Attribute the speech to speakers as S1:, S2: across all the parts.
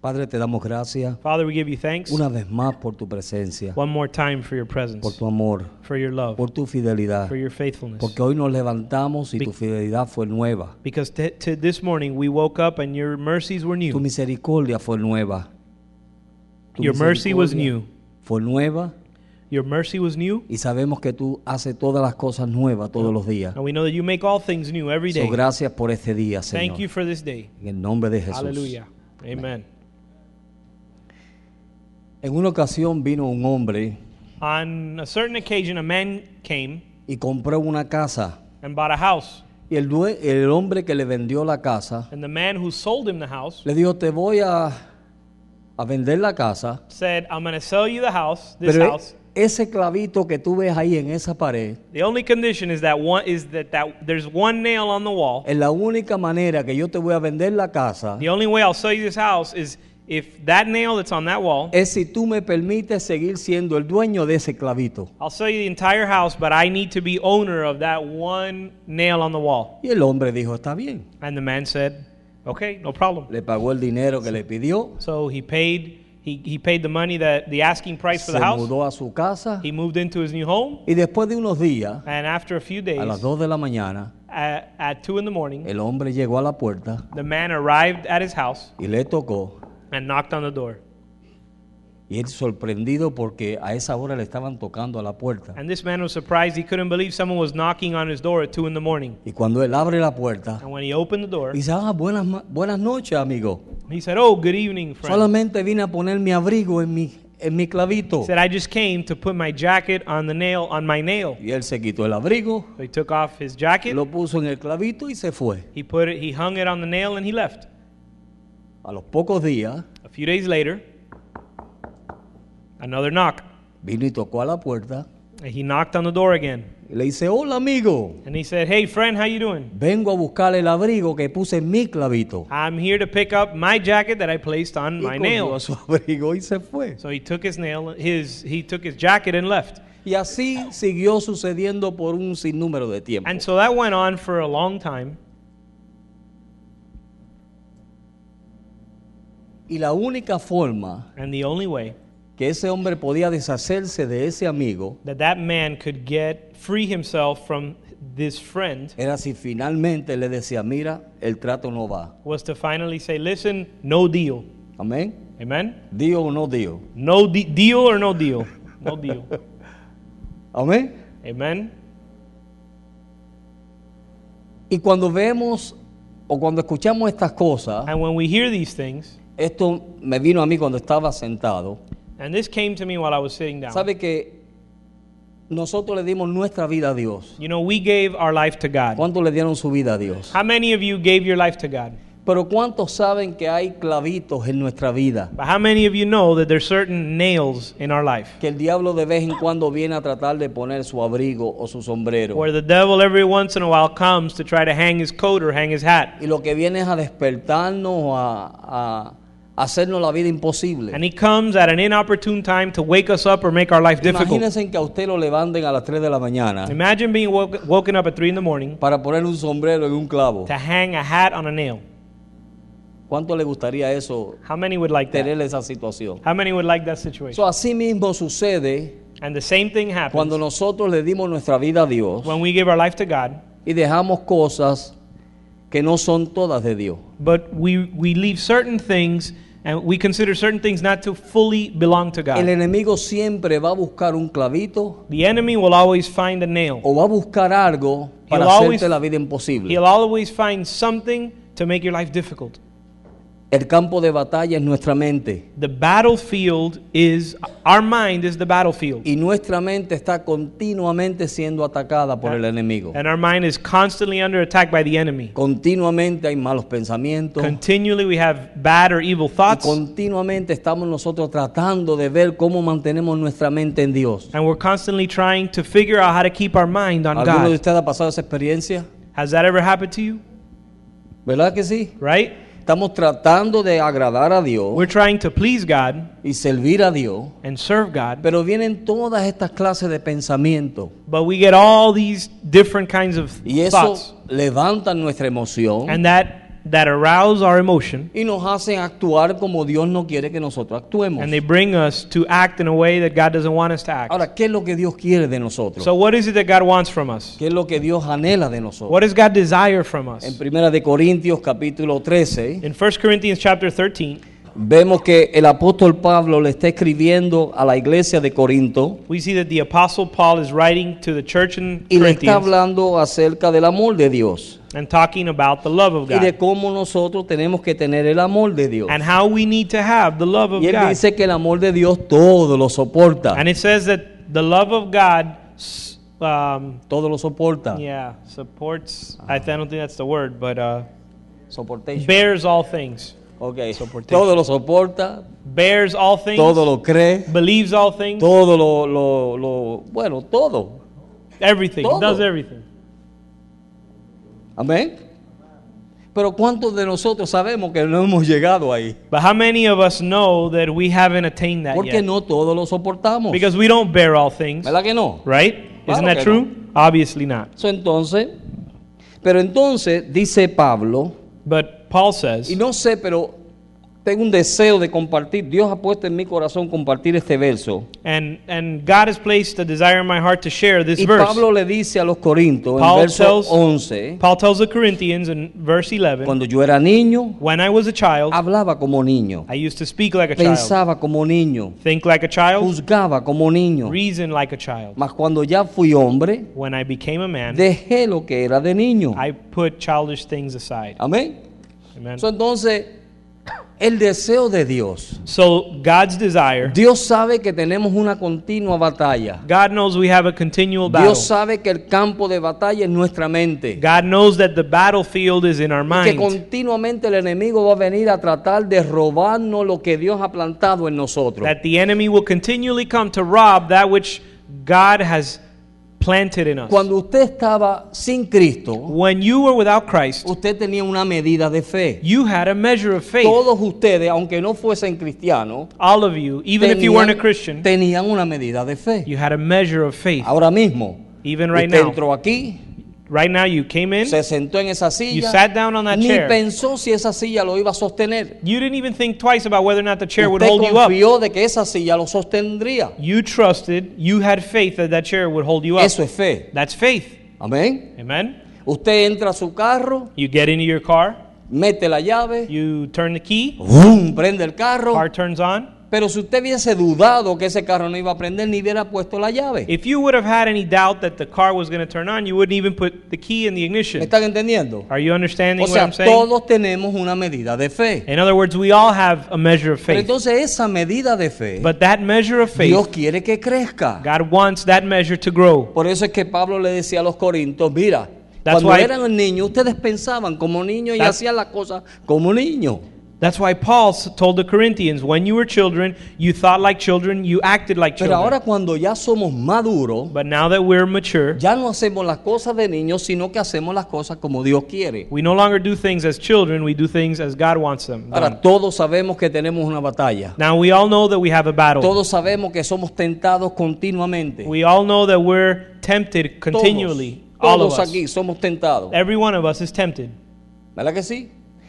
S1: Padre, te damos gracias
S2: Father, we give you thanks
S1: una vez más por tu presencia,
S2: one more time for your
S1: por
S2: presence,
S1: tu amor,
S2: for your love,
S1: por tu fidelidad.
S2: for your faithfulness.
S1: Porque hoy nos levantamos y
S2: Be-
S1: tu fidelidad fue nueva.
S2: Because t- to this morning we woke up and your mercies were
S1: Tu
S2: new.
S1: misericordia fue nueva. Tu
S2: Your mercy was
S1: misericordia
S2: new.
S1: Fue nueva
S2: Your mercy was new.
S1: y sabemos que tú haces todas las cosas nuevas todos los días.
S2: And we know that you make all things new every
S1: So,
S2: day.
S1: gracias por este día,
S2: Thank you
S1: Señor.
S2: for this day.
S1: En el nombre de Jesús.
S2: Hallelujah. Amen.
S1: En una ocasión vino un hombre
S2: On a certain occasion, a man came
S1: y compró una casa.
S2: and bought a house.
S1: Y el, due- el hombre que le vendió la casa
S2: And the man who sold him the house
S1: le dijo, te voy a, a vender la casa,
S2: said, I'm going to sell you the house, this
S1: pero e-
S2: house.
S1: ese clavito que tú ves ahí en esa pared
S2: The only condition is that one is that, that there's one nail on the wall.
S1: es la única manera que yo te voy a vender la casa
S2: The only way I'll sell you this house is if that nail that's on that wall,
S1: es si tú me permites seguir siendo el dueño de ese clavito.
S2: I'll sell you the entire house, but I need to be owner of that one nail on the wall.
S1: Y el hombre dijo, está bien.
S2: And the man said, Okay, no problem.
S1: Le pagó el dinero que le pidió,
S2: So he paid he, he paid the money that the asking price for
S1: se
S2: the house.
S1: mudó a su casa
S2: He moved into his new home,
S1: y después de unos días,
S2: and after a few
S1: a las
S2: days,
S1: 2 de la mañana,
S2: at, at two in the morning,
S1: el hombre llegó a la puerta
S2: the man arrived at his house
S1: y le tocó.
S2: and knocked on the door.
S1: Y él sorprendido porque a esa hora le estaban tocando a la puerta.
S2: And this man was surprised. He couldn't believe someone was knocking on his door at two in the morning.
S1: Y cuando él abre la puerta,
S2: And when he opened the door,
S1: dice, ah, buenas, ma- buenas noches, amigo.
S2: he said, "Oh, good evening, friend."
S1: Solamente vine a poner mi abrigo en mi, en mi clavito.
S2: He said, "I just came to put my jacket on the nail on my nail."
S1: Y él se quitó el abrigo,
S2: So he took off his jacket.
S1: lo puso en el clavito y se fue.
S2: He put it. He hung it on the nail, and he left.
S1: A los pocos días,
S2: A few days later, another knock.
S1: vino y tocó a la puerta.
S2: And he knocked on the door again,
S1: Y le dice, hola, amigo.
S2: and he said, "Hey, friend, how you doing?
S1: Vengo a buscar el abrigo que puse en mi clavito.
S2: I'm here to pick up my jacket that I placed on
S1: Y
S2: my
S1: cogió
S2: nail."
S1: su abrigo y se fue.
S2: So he took his nail, his he took his jacket and left.
S1: Y así siguió sucediendo por un sinnúmero de tiempo.
S2: And so that went on for a long time.
S1: Y la única forma
S2: And the only way
S1: que ese hombre podía deshacerse de ese amigo
S2: that that man could get free himself from this friend
S1: era si finalmente le decía, mira, el trato no va.
S2: was to finally say, "Listen, no deal."
S1: Amén.
S2: Amen.
S1: Dios o no Dios.
S2: No de- deal or no deal. No deal.
S1: Amén.
S2: Amen.
S1: Y cuando vemos o cuando escuchamos estas cosas,
S2: And when we hear these things,
S1: esto me vino a mí cuando estaba sentado,
S2: and this came to me while I was sitting down.
S1: sabe que nosotros le dimos nuestra vida a Dios.
S2: You know, we gave our life to God.
S1: ¿Cuántos le dieron su vida a Dios?
S2: How many of you gave your life to God?
S1: Pero ¿cuántos saben que hay clavitos en nuestra vida?
S2: But how many of you know that there's certain nails in our life
S1: Que el diablo de vez en cuando viene a tratar de poner su abrigo o su sombrero.
S2: where the devil every once in a while comes to try to hang his coat or hang his hat?
S1: Y lo que viene es a despertarnos, a, a hacernos la vida imposible.
S2: And he comes at an inopportune time to wake us up or make our life difficult.
S1: Imagínense que a usted lo levanten a las 3 de la mañana
S2: Imagine being woke, woken up at 3 in the morning
S1: para poner un sombrero en un clavo.
S2: to hang a hat on a nail.
S1: ¿Cuánto le gustaría eso,
S2: How many would like that?
S1: tener esa situación?
S2: How many would like that situation?
S1: So, así mismo sucede
S2: And the same thing happens
S1: cuando nosotros le dimos nuestra vida a Dios
S2: when we give our life to God,
S1: y dejamos cosas que no son todas de Dios.
S2: but we, we leave certain things and we consider certain things not to fully belong to
S1: El
S2: God.
S1: enemigo siempre va a buscar un clavito
S2: The enemy will always find a nail.
S1: o va a buscar algo para
S2: He'll always-
S1: hacerte la vida imposible.
S2: He'll always find something to make your life difficult.
S1: El campo de batalla es nuestra mente.
S2: The battlefield is our mind is the battlefield.
S1: Y nuestra mente está continuamente siendo atacada por el enemigo.
S2: And our mind is constantly under attack by the enemy.
S1: Continuamente hay malos pensamientos.
S2: Continually we have bad or evil
S1: Y
S2: thoughts
S1: continuamente estamos nosotros tratando de ver cómo mantenemos nuestra mente en Dios.
S2: and we're constantly trying to figure out how to keep our mind on
S1: ¿Alguno de
S2: God.
S1: ustedes ha pasado esa experiencia?
S2: Has that ever happened to you?
S1: ¿Verdad que sí?
S2: Right?
S1: Estamos tratando de agradar a Dios
S2: We're trying to please God
S1: y servir a Dios.
S2: and serve God,
S1: Pero vienen todas estas clases de pensamientos.
S2: but we get all these different kinds of
S1: Y eso
S2: thoughts.
S1: levanta nuestra emoción.
S2: And that that arouse our emotion
S1: y nos hacen actuar como Dios no quiere que nosotros actuemos.
S2: and they bring us to act in a way that God doesn't want us to act.
S1: Ahora, ¿qué es lo que Dios quiere de nosotros?
S2: So what is it that God wants from us?
S1: ¿Qué es lo que Dios anhela de nosotros?
S2: What does God desire from us?
S1: En Primera de Corintios capítulo 13
S2: In 1 Corinthians chapter 13,
S1: vemos que el apóstol Pablo le está escribiendo a la iglesia de Corinto
S2: we see that the apostle Paul is writing to the church in
S1: y le está
S2: Corinthians
S1: hablando acerca del amor de Dios
S2: and talking about the love of
S1: y de
S2: God
S1: cómo nosotros tenemos que tener el amor de Dios.
S2: and how we need to have the love of
S1: Y él
S2: God.
S1: dice que el amor de Dios todo lo soporta,
S2: And it says that the love of God s- um,
S1: todo lo soporta.
S2: yeah, supports I, th- I don't think that's the word, but uh,
S1: Soportation.
S2: bears all things.
S1: Ok.
S2: Soportation.
S1: Todo lo soporta,
S2: Bears all things.
S1: todo lo cree,
S2: believes all things.
S1: todo lo, lo, lo- bueno, todo.
S2: everything.
S1: Todo.
S2: Does everything.
S1: Amén. Pero ¿cuántos de nosotros sabemos que no hemos llegado ahí?
S2: But how many of us know that we haven't attained that
S1: Porque
S2: yet?
S1: no todo lo soportamos.
S2: Because we don't bear all things,
S1: ¿Verdad que no?
S2: right? Isn't
S1: Claro
S2: that
S1: que
S2: true? Obviously not.
S1: So, entonces, pero entonces dice Pablo,
S2: But Paul
S1: y
S2: says,
S1: no sé, pero tengo un deseo de compartir, Dios ha puesto en mi corazón compartir este verso.
S2: and and God has placed a desire in my heart to share this
S1: Y
S2: verse.
S1: Pablo le dice a los Corintios en
S2: Paul
S1: verso
S2: tells-
S1: 11,
S2: Paul tells the Corinthians in verse 11,
S1: cuando yo era niño,
S2: when I was a child,
S1: hablaba como niño,
S2: I used to speak like a child,
S1: pensaba como niño,
S2: think like a child,
S1: juzgaba como niño.
S2: reason like a child.
S1: Mas cuando ya fui hombre,
S2: When I became a man,
S1: dejé lo que era de niño.
S2: I put childish things aside.
S1: Amén.
S2: Amen.
S1: So, entonces, el deseo de Dios.
S2: So God's desire,
S1: Dios sabe que tenemos una continua batalla.
S2: God knows we have a continual battle.
S1: Dios sabe que el campo de batalla es nuestra mente.
S2: God knows that the battlefield is in our
S1: Que
S2: mind.
S1: continuamente el enemigo va a venir a tratar de robarnos lo que Dios ha plantado en nosotros.
S2: That the enemy will continually come to rob that which God has planted in us.
S1: Cuando usted estaba sin Cristo,
S2: When you were without Christ,
S1: usted tenía una medida de fe.
S2: you had a measure of faith.
S1: Todos ustedes, aunque no fuesen cristianos,
S2: All of you, even if you weren't a Christian,
S1: tenían una medida de fe.
S2: you had a measure of faith.
S1: Ahora mismo,
S2: Even right
S1: usted
S2: now.
S1: entró aquí,
S2: Right now, you came in,
S1: se sentó en esa silla,
S2: You sat down on that
S1: ni
S2: chair.
S1: pensó si esa silla lo iba a sostener.
S2: you didn't even think twice about whether or not the chair would
S1: Usted
S2: hold you up.
S1: confió de que esa silla lo sostendría.
S2: You trusted, you had faith that that chair would hold you up.
S1: Eso es fe.
S2: That's faith.
S1: Amén.
S2: Amen.
S1: Usted entra a su carro,
S2: You get into your car,
S1: mete la llave,
S2: you turn the key,
S1: ¡vum! prende el carro.
S2: car turns on.
S1: Pero si usted hubiese dudado que ese carro no iba a prender, ni hubiera puesto la llave.
S2: If you would have had any doubt that the car was going to turn on, you wouldn't even put the key in the
S1: ¿Me
S2: ignition.
S1: están entendiendo?
S2: Are you understanding
S1: O
S2: what
S1: sea,
S2: I'm saying?
S1: todos tenemos una medida de fe.
S2: In other words, we all have a measure of
S1: Pero
S2: faith.
S1: entonces esa medida de fe,
S2: But that measure of
S1: Dios
S2: faith,
S1: quiere que crezca.
S2: God wants that measure to grow.
S1: Por eso es que Pablo le decía a los corintios, mira,
S2: That's
S1: cuando
S2: why-
S1: eran niños, ustedes pensaban como niños y
S2: That's-
S1: hacían las cosas como niños.
S2: That's why Paul s- told the Corinthians, when you were children, you thought like children, you acted like
S1: Pero
S2: children.
S1: ahora cuando ya somos maduros,
S2: But now that we're mature,
S1: ya no hacemos las cosas de niños, sino que hacemos las cosas como Dios quiere.
S2: we no longer do things as children, we do things as God wants them. done.
S1: Ahora todos sabemos que tenemos una batalla.
S2: Now we all know that we have a battle.
S1: Todos sabemos que somos tentados continuamente.
S2: We all know that we're tempted
S1: Todos,
S2: continually. All of
S1: todos
S2: us. Eh.
S1: aquí somos tentados.
S2: Every one of us is tempted.
S1: ¿Verdad que sí?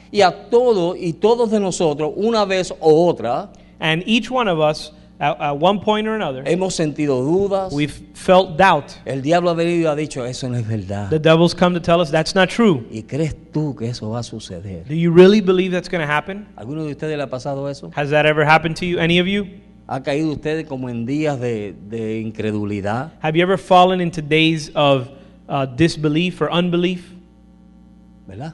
S1: Y a todos y todos de nosotros, una vez o otra,
S2: And each one of us, at, at one point or another,
S1: hemos sentido dudas.
S2: we've felt doubt.
S1: El diablo ha venido y ha dicho, eso no es verdad.
S2: The devil's come to tell us that's not true.
S1: ¿Y crees tú que eso va a suceder?
S2: Do you really believe that's going to happen?
S1: ¿Alguno de ustedes le ha pasado eso?
S2: Has that ever happened to you? Any of you?
S1: ¿Ha caído ustedes como en días de, de incredulidad?
S2: Have you ever fallen into days of uh, disbelief or unbelief?
S1: ¿Verdad?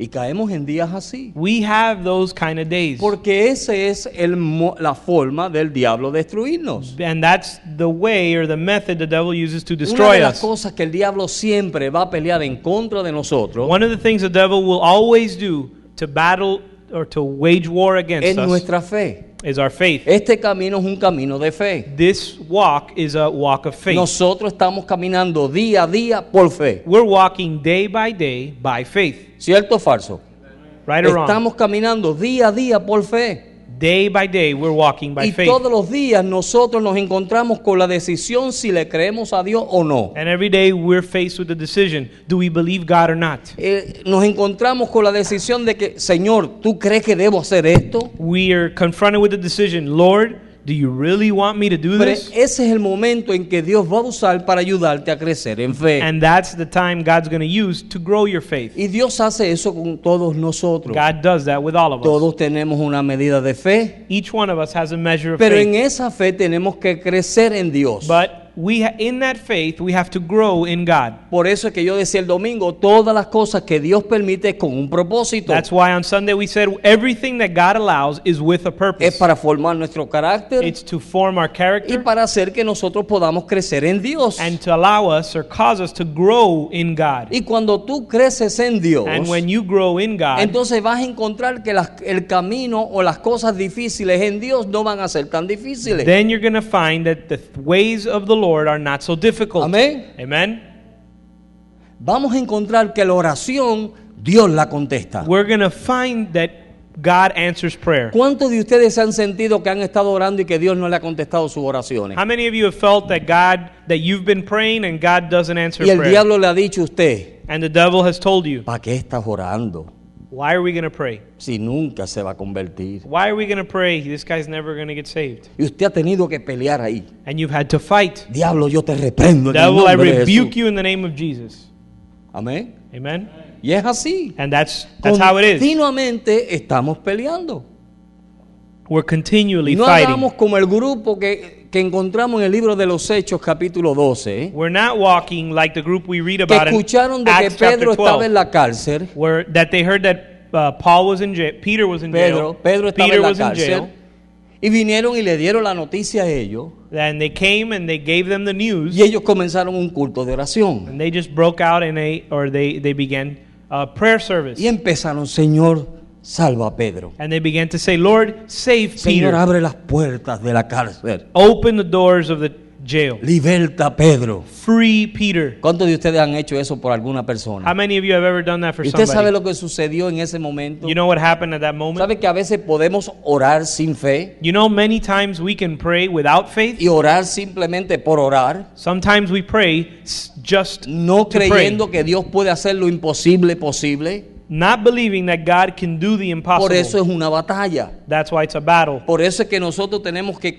S1: Y caemos en días así.
S2: We have those kind of days.
S1: Porque esa es el mo- la forma del diablo destruirnos.
S2: And that's the way or the method the devil uses to
S1: Una
S2: destroy
S1: de las
S2: us.
S1: cosas que el diablo siempre va a pelear en contra de nosotros
S2: One of the things the devil will always do to battle or to wage war
S1: es
S2: against us
S1: nuestra fe.
S2: is our faith.
S1: Este camino es un camino de fe.
S2: This walk is a walk of faith.
S1: Nosotros estamos caminando día a día por fe.
S2: We're walking day by day by faith.
S1: ¿Cierto o falso?
S2: Right or wrong?
S1: Estamos caminando día a día por fe.
S2: Day by day, we're walking by
S1: Y
S2: faith.
S1: todos los días nosotros nos encontramos con la decisión si le creemos a Dios o no.
S2: And every day, we're faced with the decision do we believe God or not?
S1: Eh, nos encontramos con la decisión de que, Señor, ¿tú crees que debo hacer esto?
S2: We are confronted with the decision Lord, do you really want me to do
S1: Pero
S2: this?
S1: ese es el momento en que Dios va a usar para ayudarte a crecer en fe.
S2: And that's the time God's going to use to grow your faith.
S1: Y Dios hace eso con todos nosotros.
S2: God does that with all of us.
S1: Todos tenemos una medida de fe,
S2: Each one of us has a measure of
S1: pero en
S2: faith.
S1: esa fe tenemos que crecer en Dios.
S2: But we ha- in that faith, we have to grow in God.
S1: Por eso es que yo decía el domingo, todas las cosas que Dios permite es con un propósito.
S2: That's why on Sunday we said everything that God allows is with a
S1: Es
S2: purpose.
S1: para formar nuestro carácter
S2: It's to form our
S1: y
S2: character
S1: para hacer que nosotros podamos crecer en Dios.
S2: and to allow us or cause us to grow in God.
S1: Y cuando tú creces en Dios,
S2: And when you grow in God,
S1: entonces vas a encontrar que las- el camino o las cosas difíciles en Dios no van a ser tan difíciles.
S2: then you're going to find that the th- ways of the Lord are not so difficult.
S1: Amén.
S2: Amen.
S1: Vamos a encontrar que la oración Dios la contesta.
S2: We're going to find that God answers prayer.
S1: ¿Cuántos de ustedes han sentido que han estado orando y que Dios no le ha contestado sus oraciones?
S2: How many of you have felt that God that you've been praying and God doesn't answer
S1: Y el
S2: prayer?
S1: diablo le ha dicho a usted,
S2: And the devil has told you,
S1: ¿para qué estás orando
S2: why are we going to pray?
S1: si nunca se va a convertir?
S2: Why are we going to pray? This guy's never going to get saved.
S1: Y usted ha tenido que pelear ahí.
S2: And you've had to fight.
S1: Diablo, yo te reprendo en el
S2: Devil, I
S1: nombre de
S2: rebuke
S1: Jesús.
S2: you in the name of Jesus.
S1: Amén.
S2: Amen.
S1: Y es así.
S2: And that's that's how it is.
S1: Continuamente estamos peleando.
S2: We're continually
S1: No
S2: fighting.
S1: hagamos como el grupo que, que encontramos en el libro de los Hechos, capítulo 12, ¿eh?
S2: We're not walking like the group we read
S1: que
S2: about in
S1: escucharon de que
S2: Acts chapter
S1: Pedro estaba en
S2: 12,
S1: la cárcel.
S2: where that they heard that uh, Paul was in jail, Peter was in jail,
S1: Pedro, Pedro estaba
S2: Peter
S1: en la
S2: was in
S1: cárcel.
S2: jail.
S1: Y vinieron y le dieron la noticia a ellos.
S2: And they came and they gave them the news,
S1: Y ellos comenzaron un culto de oración.
S2: and they just broke out in a or they they began a prayer service,
S1: Y empezaron, Señor, salva a Pedro.
S2: and they began to say, "Lord, save
S1: Señor,
S2: Peter,
S1: abre las puertas de la cárcel.
S2: open the doors of the jail,
S1: Liberta a Pedro.
S2: free Peter."
S1: ¿Cuántos de ustedes han hecho eso por alguna
S2: How
S1: persona?
S2: many of you have ever done that for
S1: ¿Y ¿Usted sabe
S2: somebody?
S1: lo que sucedió en ese momento?
S2: You know what happened at that moment?
S1: ¿Sabe que a veces podemos orar sin fe?
S2: You know, many times we can pray without faith.
S1: Y orar simplemente por orar.
S2: Sometimes we pray s- just
S1: No
S2: to pray,
S1: creyendo que Dios puede hacer lo imposible posible.
S2: not believing that God can do the impossible.
S1: Por eso es una batalla.
S2: That's why it's a battle.
S1: Por eso es que nosotros tenemos que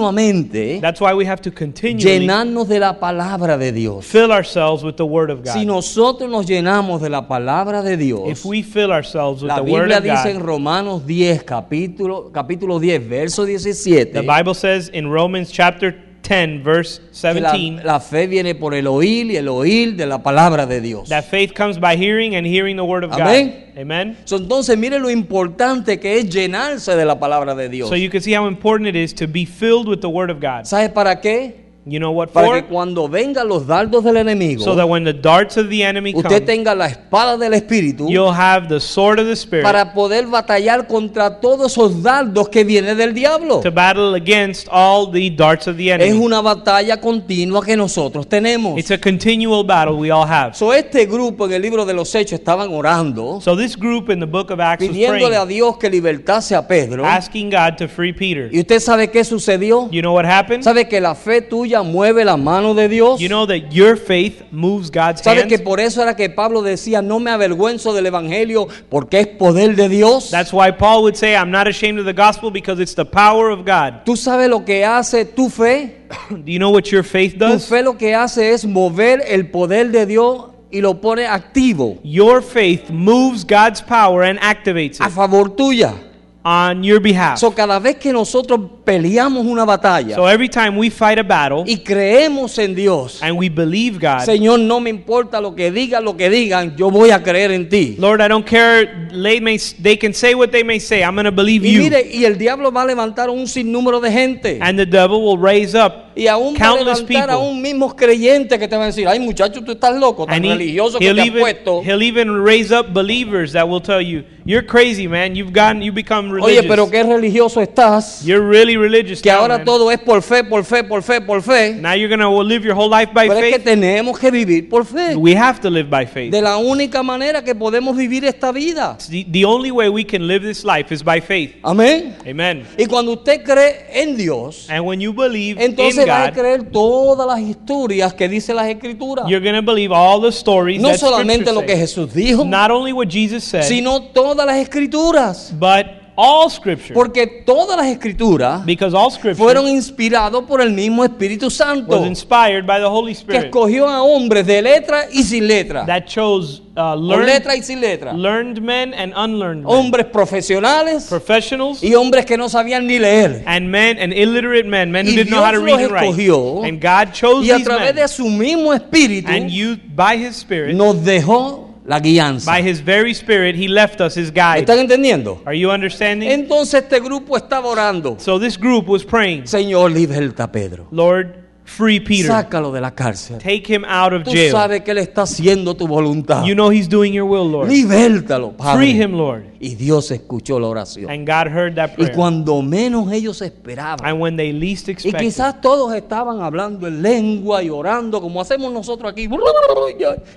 S1: continuamente
S2: That's why we have to continually
S1: llenarnos de la palabra de Dios.
S2: fill ourselves with the Word of God.
S1: Si nosotros nos llenamos de la palabra de
S2: if
S1: Dios,
S2: we fill ourselves with
S1: la
S2: the Word
S1: Biblia
S2: of
S1: dice en
S2: God,
S1: Romanos 10, capítulo, capítulo 10, verso
S2: the
S1: 17,
S2: Bible says in Romans chapter 10, verse
S1: que la,
S2: 17,
S1: la fe viene por el oír y el oír de la palabra de Dios.
S2: that faith comes by hearing and hearing the Word of
S1: Amén.
S2: God. Amen.
S1: So, entonces, mire lo importante que es llenarse de la palabra de Dios.
S2: So you can see how important it is to be filled with the Word of God.
S1: ¿Sabe para qué?
S2: You know what
S1: Para
S2: for?
S1: que cuando vengan los dardos del enemigo,
S2: So that when the darts of the enemy
S1: usted
S2: come,
S1: tenga la espada del Espíritu
S2: You'll have the sword of the Spirit
S1: para poder batallar contra todos esos dardos que vienen del diablo.
S2: to battle against all the darts of the
S1: Es
S2: enemy.
S1: una batalla continua que nosotros tenemos.
S2: It's a continual battle we all have.
S1: So, este grupo en el libro de los Hechos estaban orando,
S2: So this group in the book of Acts was
S1: pidiéndole a
S2: praying,
S1: Dios que libertase a Pedro.
S2: asking God to free Peter.
S1: ¿Y usted sabe qué sucedió?
S2: You know what happened?
S1: ¿Sabe que la fe tuya mueve la mano de Dios?
S2: You know that your faith moves God's
S1: ¿Sabe que
S2: hands.
S1: por eso era que Pablo decía, no me avergüenzo del Evangelio porque es poder de Dios?
S2: That's why Paul would say, I'm not ashamed of the gospel because it's the power of God.
S1: ¿Tú sabes lo que hace tu fe?
S2: Do you know what your faith
S1: Tu
S2: does?
S1: fe lo que hace es mover el poder de Dios y lo pone activo
S2: Your faith moves God's power and activates
S1: a
S2: it
S1: favor tuya.
S2: on your behalf.
S1: So, cada vez que nosotros peleamos una batalla
S2: So every time we fight a battle
S1: y creemos en Dios,
S2: and we believe God,
S1: Señor, no me importa lo que digan, lo que digan, yo voy a creer en ti.
S2: Lord, I don't care. They, may, they can say what they may say. I'm going to believe
S1: Y
S2: you.
S1: mire, y el diablo va a levantar un sinnúmero de gente.
S2: and the devil will raise up.
S1: Y aún va a
S2: Countless
S1: levantar
S2: people.
S1: a un mismo creyente que te va a decir, ay muchacho, tú estás loco, tan
S2: And he-
S1: religioso que
S2: he'll,
S1: te has
S2: even,
S1: puesto.
S2: he'll even raise up believers that will tell you, "You're crazy, man. You've gotten, you become
S1: Oye, pero
S2: religious.
S1: qué religioso estás.
S2: You're really religious.
S1: Que
S2: now,
S1: ahora
S2: man.
S1: todo es por fe, por fe, por fe, por fe.
S2: Now you're going to live your whole life by
S1: Pero es que
S2: faith.
S1: tenemos que vivir por fe.
S2: We have to live by faith.
S1: De la única manera que podemos vivir esta vida.
S2: The, the only way we can live this life is by faith.
S1: Amén.
S2: Amen.
S1: Y cuando usted cree en Dios,
S2: And when you believe in
S1: entonces va a
S2: God,
S1: creer todas las historias que dice las escrituras.
S2: you're going to believe all the stories
S1: No
S2: that Scripture
S1: solamente lo que
S2: says.
S1: Jesús dijo,
S2: Not only what Jesus said,
S1: sino todas las escrituras.
S2: but all Scripture.
S1: Porque todas las escrituras
S2: Because all Scripture
S1: fueron inspiradas por el mismo Espíritu
S2: was
S1: Santo
S2: inspired by the Holy
S1: que
S2: Spirit
S1: escogió a hombres de letra y sin letra.
S2: that chose uh,
S1: Con
S2: learned,
S1: letra y sin letra.
S2: learned men and unlearned men,
S1: Hombres profesionales
S2: professionals
S1: y hombres que no sabían ni leer.
S2: and men and illiterate men, men who
S1: Y
S2: didn't know how to
S1: Dios
S2: read
S1: los
S2: and write.
S1: escogió,
S2: And God chose
S1: Y a
S2: these
S1: través
S2: men.
S1: de su mismo espíritu
S2: And you, by His Spirit,
S1: nos dejó la guianza.
S2: by His very Spirit, He left us His
S1: ¿Me
S2: guide.
S1: ¿Están entendiendo?
S2: Are you understanding?
S1: Entonces este grupo estaba orando.
S2: so this group was praying,
S1: Señor, liberta a Pedro.
S2: Lord, free Peter.
S1: Sácalo de la cárcel.
S2: Take him out of
S1: Tú
S2: jail.
S1: sabes que él está haciendo tu voluntad.
S2: You know he's doing your will, Lord.
S1: Libértalo,
S2: Free
S1: Padre.
S2: him, Lord.
S1: Y Dios escuchó la oración.
S2: And God heard that
S1: Y
S2: prayer.
S1: cuando menos ellos esperaban.
S2: And when they least
S1: Y
S2: expected,
S1: quizás todos estaban hablando en lengua y orando como hacemos nosotros aquí.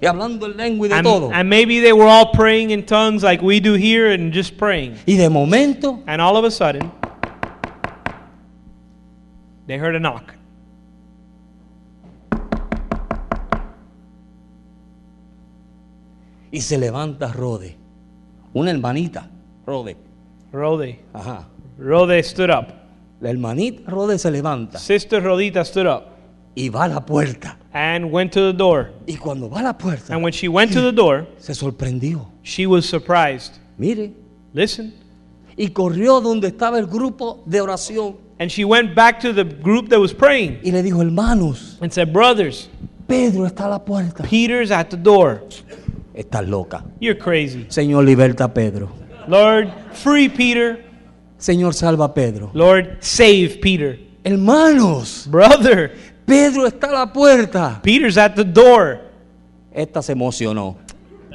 S1: Y hablando en lengua y de
S2: and,
S1: todo.
S2: and maybe they were all praying in tongues like we do here and just praying.
S1: Y de momento
S2: And all of a sudden, they heard a knock.
S1: Y se levanta Rode, una hermanita, Rode.
S2: Rode.
S1: Ajá.
S2: Rode stood up.
S1: La hermanita Rode se levanta
S2: Sister Rodita stood up
S1: y va a la puerta.
S2: and went to the door.
S1: Y cuando va a la puerta,
S2: And when she went to the door,
S1: se sorprendió.
S2: she was surprised.
S1: Mire.
S2: Listen.
S1: Y corrió donde estaba el grupo de oración
S2: And she went back to the group that was praying
S1: y le dijo, hermanos,
S2: and said, Brothers,
S1: Pedro está a la puerta.
S2: Peter's at the door.
S1: Estás loca.
S2: You're crazy.
S1: Señor, liberta a Pedro.
S2: Lord, free Peter.
S1: Señor, salva a Pedro.
S2: Lord, save Peter.
S1: Hermanos,
S2: Brother,
S1: Pedro está a la puerta.
S2: Peter's at the door.
S1: Esta se emocionó.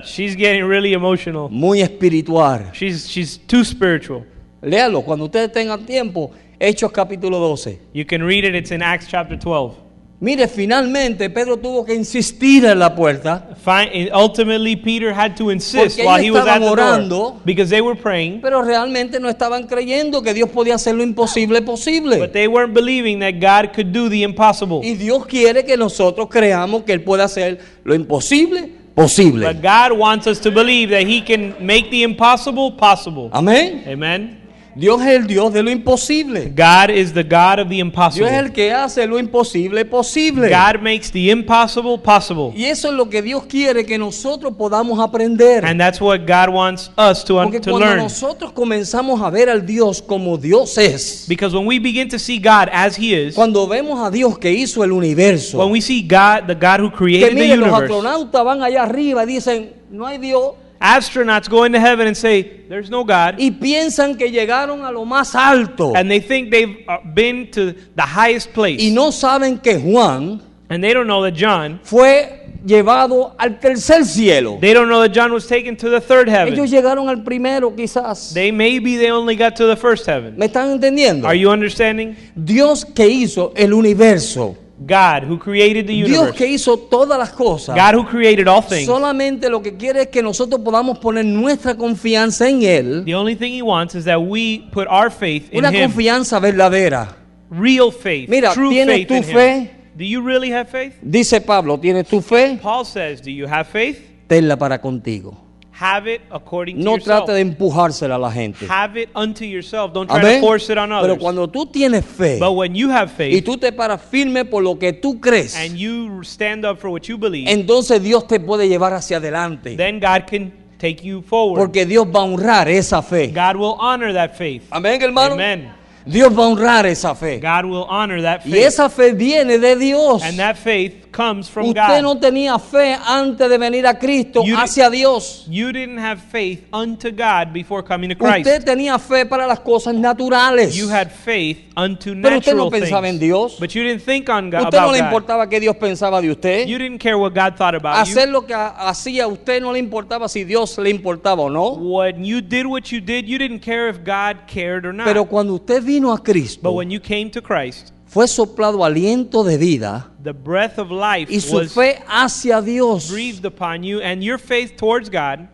S2: She's getting really emotional.
S1: Muy espiritual.
S2: She's she's too spiritual.
S1: Léalo cuando ustedes tengan tiempo. Hechos capítulo 12.
S2: You can read it. It's in Acts chapter 12.
S1: Mire, finalmente Pedro tuvo que insistir en la puerta,
S2: Fine, and ultimately, Peter had to insist
S1: Porque
S2: while
S1: ellos
S2: he was at the
S1: estaban
S2: door
S1: orando.
S2: because they were praying,
S1: pero realmente no estaban creyendo que Dios podía hacer lo imposible
S2: but
S1: posible.
S2: they weren't believing that God could do the impossible.
S1: Y Dios quiere que nosotros creamos que Él puede hacer lo imposible posible.
S2: But God wants us to believe that He can make the impossible possible.
S1: Amén.
S2: Amen.
S1: Dios es el Dios de lo imposible.
S2: God is the God of the
S1: Dios es
S2: impossible.
S1: el que hace lo imposible posible.
S2: God makes the impossible possible,
S1: Y eso es lo que Dios quiere que nosotros podamos aprender.
S2: and that's what God wants us to un-
S1: Porque
S2: to
S1: cuando
S2: learn.
S1: nosotros comenzamos a ver al Dios como Dios es,
S2: Because when we begin to see God as He is,
S1: cuando vemos a Dios que hizo el universo,
S2: when we see God, the God who
S1: Que
S2: created the
S1: mire, los
S2: universe,
S1: astronautas van allá arriba y dicen, no hay Dios.
S2: astronauts go into heaven and say, "There's no God."
S1: Y piensan que llegaron a lo más alto.
S2: and they think they've uh, been to the highest place
S1: Y no saben que Juan
S2: and they don't know that john
S1: fue llevado al tercer cielo.
S2: they don't know that john was taken to the third
S1: Ellos
S2: heaven
S1: llegaron al primero quizás.
S2: they maybe they only got to the first heaven
S1: ¿Me están entendiendo?
S2: are you understanding
S1: Dios que hizo el universo.
S2: god who created the
S1: Dios
S2: universe
S1: que hizo todas las cosas.
S2: god who created all things
S1: Solamente lo que quiere es que nosotros podamos poner nuestra confianza en Él.
S2: the only thing he wants is that we put our faith in
S1: Una
S2: him
S1: confianza verdadera.
S2: real faith
S1: Mira,
S2: true
S1: ¿tienes
S2: faith
S1: tu
S2: in
S1: fe?
S2: him do you really have faith
S1: Dice Pablo, ¿tienes tu fe?
S2: paul says do you have faith
S1: Tenla para contigo.
S2: have it according to
S1: No
S2: yourself
S1: trate de empujársela a la gente.
S2: have it unto yourself don't try to
S1: Amén.
S2: force it on others
S1: Pero cuando tú tienes fe
S2: but when you have faith
S1: y tú te paras firme por lo que tú crees,
S2: and you stand up for what you believe,
S1: entonces Dios te puede llevar hacia adelante.
S2: then God can take you forward.
S1: Porque Dios va a honrar esa fe.
S2: God will honor that faith.
S1: Amén, hermano.
S2: Amen.
S1: Dios va a honrar esa fe.
S2: God will honor that
S1: Y
S2: faith.
S1: esa fe viene de Dios.
S2: And that faith faith comes from
S1: Usted
S2: God.
S1: no tenía fe antes de venir a Cristo
S2: You-
S1: hacia Dios.
S2: You didn't have faith unto God before coming to Christ.
S1: Usted tenía fe para las cosas naturales.
S2: You had faith unto
S1: Pero usted no
S2: natural
S1: pensaba en
S2: things.
S1: Dios.
S2: But you didn't think on God,
S1: Usted no
S2: about
S1: le
S2: God.
S1: importaba qué Dios pensaba de usted.
S2: You didn't care what God thought about you.
S1: Hacer lo que ha- hacía a usted no le importaba si Dios le importaba o no.
S2: When you did what you did, you didn't care if God cared
S1: Pero
S2: or not.
S1: cuando usted vino a
S2: But
S1: Cristo,
S2: when you came to Christ,
S1: fue soplado aliento de vida
S2: the breath of life
S1: y su
S2: was
S1: fe hacia Dios
S2: breathed upon you, and your faith towards God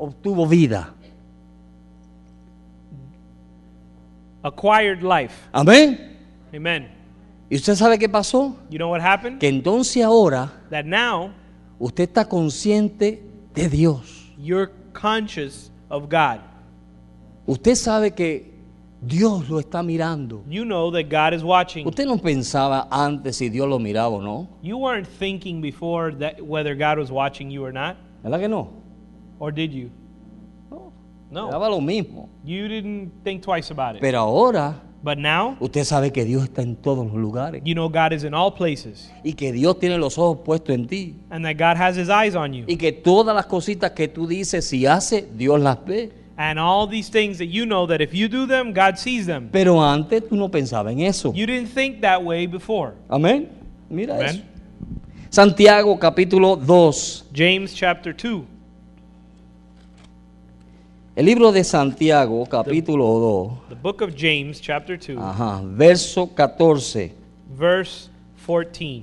S1: obtuvo vida.
S2: acquired life.
S1: Amén.
S2: Amen.
S1: ¿Y usted sabe qué pasó?
S2: You know what happened?
S1: Que entonces ahora
S2: That now
S1: usted está consciente de Dios.
S2: you're conscious of God.
S1: Usted sabe que Dios lo está mirando.
S2: You know that God is watching.
S1: Usted no pensaba antes si Dios lo miraba o no.
S2: You weren't thinking before that whether God was watching you or not,
S1: ¿Verdad que no?
S2: or did you?
S1: Le
S2: No.
S1: daba lo mismo.
S2: You didn't think twice about it.
S1: Pero ahora
S2: But now
S1: usted sabe que Dios está en todos los lugares
S2: you know God is in all places
S1: y que Dios tiene los ojos puestos en ti
S2: and that God has his eyes on you.
S1: y que todas las cositas que tú dices si hace, Dios las ve.
S2: And all these things that you know that if you do them, God sees them.
S1: Pero antes tú no pensabas en eso.
S2: You didn't think that way before.
S1: Amén. Mira
S2: Amen.
S1: eso. Santiago capítulo 2.
S2: James chapter 2.
S1: El libro de Santiago capítulo 2.
S2: The book of James chapter 2,
S1: Ajá, verso 14.
S2: verse 14.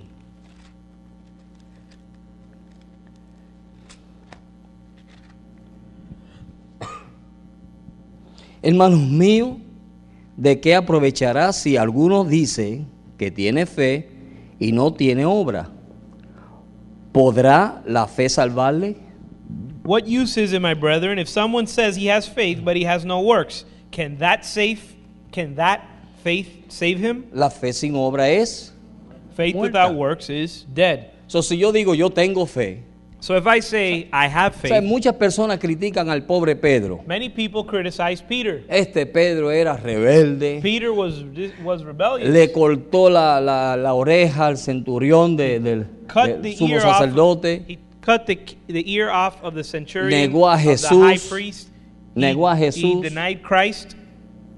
S1: Hermanos míos, ¿de qué aprovechará si alguno dice que tiene fe y no tiene obra? ¿Podrá la fe salvarle?
S2: What use is it, my brethren, if someone says he has faith but he has no works? Can that save can that faith save him?
S1: La fe sin obra es.
S2: Faith
S1: Muerta.
S2: without works is dead.
S1: So, si yo digo yo tengo fe,
S2: So if I say I have
S1: o sea,
S2: faith,
S1: muchas personas critican al pobre Pedro.
S2: many people criticize Peter.
S1: Este Pedro era rebelde,
S2: Peter was was rebellious.
S1: le cortó la, la- la oreja al centurión de- del
S2: cut
S1: del
S2: the
S1: sumo
S2: ear off.
S1: sacerdote,
S2: He cut the, the ear off of the centurion,
S1: Negó a
S2: of the high
S1: Jesús.
S2: priest.
S1: Negó a
S2: he, He
S1: Jesús.
S2: denied Christ,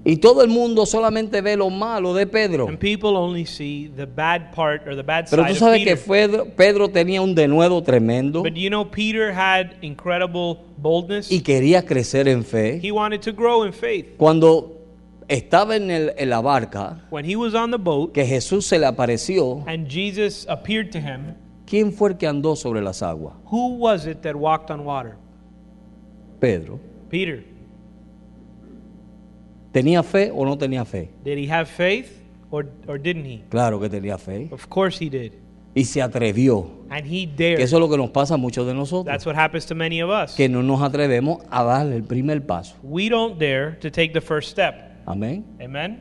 S1: y todo el mundo solamente ve lo malo de Pedro.
S2: and people only see the bad part or the bad
S1: Pero tú
S2: side
S1: sabes
S2: of
S1: que
S2: Peter.
S1: Pedro, Pedro tenía un denuedo tremendo
S2: But you know, Peter had incredible boldness.
S1: y quería crecer en fe.
S2: he wanted to grow in faith.
S1: Cuando estaba en, el- en la barca,
S2: When he was on the boat
S1: que Jesús se le apareció,
S2: and Jesus appeared to him,
S1: ¿quién fue el que andó sobre las aguas?
S2: who was it that walked on water?
S1: Pedro.
S2: Peter.
S1: ¿Tenía fe o no tenía fe?
S2: Did he have faith or, or didn't he?
S1: Claro que tenía fe.
S2: Of course he did.
S1: Y se atrevió.
S2: And he
S1: Que
S2: dared.
S1: eso es lo que nos pasa a muchos de nosotros.
S2: That's what happens to many of us.
S1: Que no nos atrevemos a dar el primer paso.
S2: We don't dare to take the first step.
S1: Amén.
S2: Amen?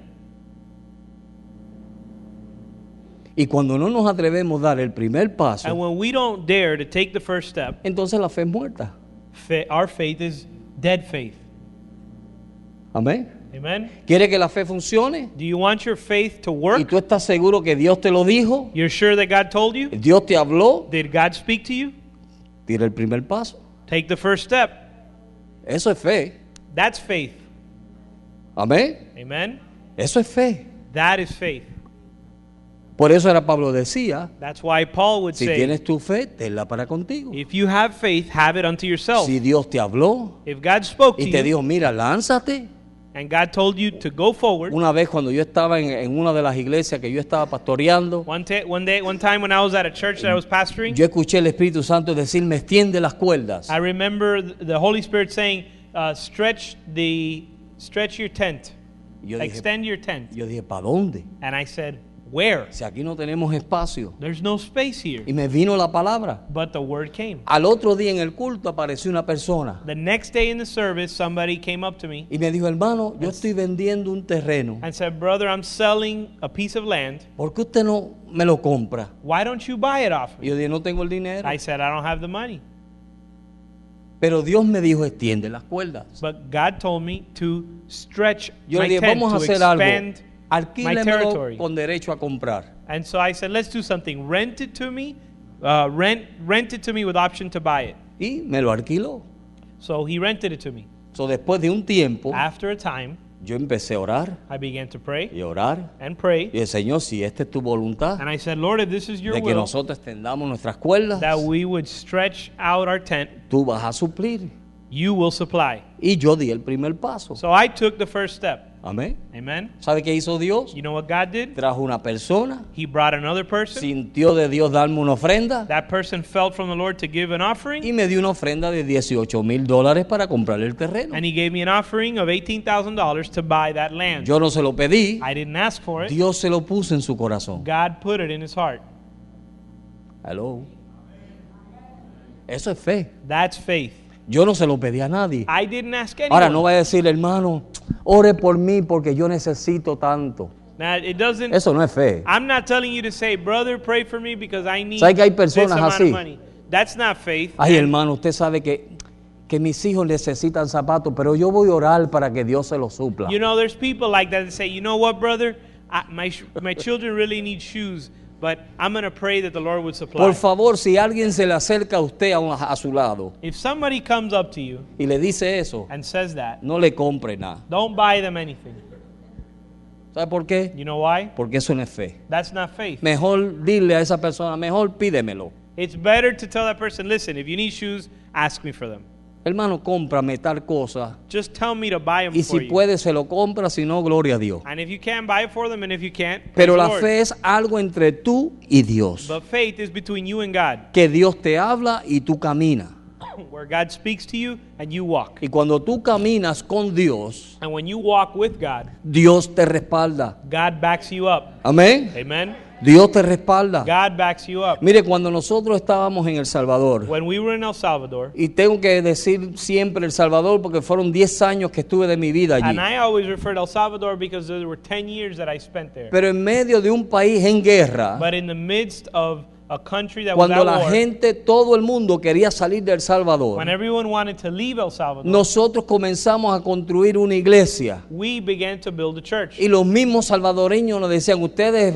S1: Y cuando no nos atrevemos a dar el primer
S2: And
S1: paso,
S2: when we don't dare to take the first step,
S1: entonces la fe es muerta.
S2: fa- our faith is dead faith.
S1: Amén.
S2: Amen?
S1: ¿Quiere que la fe funcione?
S2: Do you want your faith to
S1: y
S2: work?
S1: tú estás seguro que Dios te lo dijo,
S2: You're sure that God told you?
S1: Dios te habló,
S2: Did God speak to you?
S1: tira el primer paso.
S2: Take the first step.
S1: Eso es fe.
S2: That's faith.
S1: Amén.
S2: Amen?
S1: Eso es fe.
S2: That is faith.
S1: Por eso era Pablo decía,
S2: That's why Paul would
S1: si
S2: say,
S1: tienes tu fe, tenla para contigo.
S2: if you have faith, have it unto yourself.
S1: Si Dios te habló
S2: If God spoke to
S1: y te
S2: you
S1: dijo, mira, lánzate.
S2: and God told you to go forward,
S1: Una vez cuando yo estaba en, en una de las iglesias que yo estaba pastoreando,
S2: one, ta- one day, one time when I was at a church that I was pastoring,
S1: yo escuché el Espíritu Santo decirme, extiende las cuerdas.
S2: I remember th- the Holy Spirit saying, uh, "Stretch the stretch your tent,
S1: Yo dije,
S2: extend your tent."
S1: yo dije, ¿para dónde?
S2: And I said, "Where?
S1: Si aquí no tenemos espacio.
S2: There's no space here."
S1: Y me vino la palabra.
S2: But the word came.
S1: Al otro día en el culto apareció una persona.
S2: The next day in the service, somebody came up to me
S1: Y me dijo, hermano, yo estoy vendiendo un terreno.
S2: and said, "Brother, I'm selling a piece of land.
S1: ¿Por qué usted no me lo compra?
S2: Why don't you buy it off
S1: Y
S2: me?"
S1: yo dije, no tengo el dinero.
S2: I said, "I don't have the money."
S1: Pero Dios me dijo, extiende las cuerdas.
S2: But God told me to stretch
S1: Yo
S2: my
S1: le dije,
S2: tent
S1: vamos a
S2: to
S1: hacer algo.
S2: expand
S1: alquílemelo
S2: territory.
S1: con derecho a comprar.
S2: And so I said, let's do something. Rent it to me. Uh, rent, rent it to me with option to buy it.
S1: Y me lo alquiló.
S2: So he rented it to me.
S1: So, después de un tiempo,
S2: After a time,
S1: yo empecé a orar
S2: I began to pray
S1: y orar.
S2: and pray.
S1: Y el Señor, si esta es tu voluntad,
S2: And I said, Lord, if this is your
S1: de que
S2: will,
S1: nosotros extendamos nuestras cuerdas,
S2: that we would stretch out our tent,
S1: tú vas a suplir.
S2: you will supply.
S1: Y yo di el primer paso.
S2: So I took the first step.
S1: Amén.
S2: Amen.
S1: ¿Sabe qué hizo Dios?
S2: You know what God did?
S1: Trajo una persona,
S2: He brought another person.
S1: sintió de Dios darme una ofrenda
S2: That person felt from the Lord to give an
S1: y
S2: offering,
S1: me dio una ofrenda de 18 mil dólares para comprar el terreno.
S2: and he gave me an offering of $18,000 to buy that land.
S1: Yo no se lo pedí,
S2: I didn't ask for it.
S1: Dios se lo puso en su corazón.
S2: God put it in his heart.
S1: Hello. Eso es fe.
S2: That's faith.
S1: Yo no se lo pedí a nadie.
S2: I didn't ask anyone.
S1: Ahora no va a decir, hermano, ore por mí porque yo necesito tanto.
S2: Now, it doesn't.
S1: Eso no es fe.
S2: I'm not telling you to say, brother, pray for me because I need
S1: ¿Sabe que hay
S2: this
S1: personas
S2: amount
S1: así?
S2: of money. That's not faith.
S1: Ay, hermano, usted sabe que, que mis hijos necesitan zapatos, pero yo voy a orar para que Dios se los supla.
S2: You know, there's people like that that say, you know what, brother, I, my sh- my children really need shoes, but I'm gonna pray that the Lord would supply.
S1: Por favor, si alguien se le acerca a usted a, un- a su lado
S2: If somebody comes up to you
S1: y le dice eso,
S2: and says that,
S1: no le compre nada.
S2: don't buy them anything.
S1: ¿Sabe por qué?
S2: You know why?
S1: Porque eso no es fe.
S2: That's not faith.
S1: Mejor dile a esa persona, mejor pídemelo.
S2: It's better to tell that person, listen, if you need shoes, ask me for them.
S1: Hermano, cómprame tal cosa.
S2: Just tell me to buy them
S1: Y
S2: for
S1: si
S2: you.
S1: puede, se lo compra, si no, gloria a Dios.
S2: And if you can, buy it for them, and if you can't, praise
S1: Pero
S2: the
S1: la
S2: Lord.
S1: fe es algo entre tú y Dios.
S2: But faith is between you and God,
S1: Que Dios te habla y tú caminas.
S2: where God speaks to you and you walk.
S1: Y cuando tú caminas con Dios,
S2: And when you walk with God,
S1: Dios te respalda.
S2: God backs you up.
S1: Amén.
S2: Amen.
S1: Dios te respalda.
S2: God backs you up.
S1: Mire, cuando nosotros estábamos en El Salvador,
S2: When we were in El Salvador,
S1: y tengo que decir siempre El Salvador porque fueron 10 años que estuve de mi vida allí.
S2: and I always refer to El Salvador because there were 10 years that I spent there.
S1: Pero en medio de un país en guerra,
S2: But in the midst of a country that was
S1: cuando
S2: at
S1: la
S2: war,
S1: gente, todo el mundo quería salir de El
S2: when
S1: Salvador,
S2: everyone wanted to leave El Salvador,
S1: nosotros comenzamos a construir una iglesia.
S2: we began to build a church.
S1: Y los mismos salvadoreños nos decían, ustedes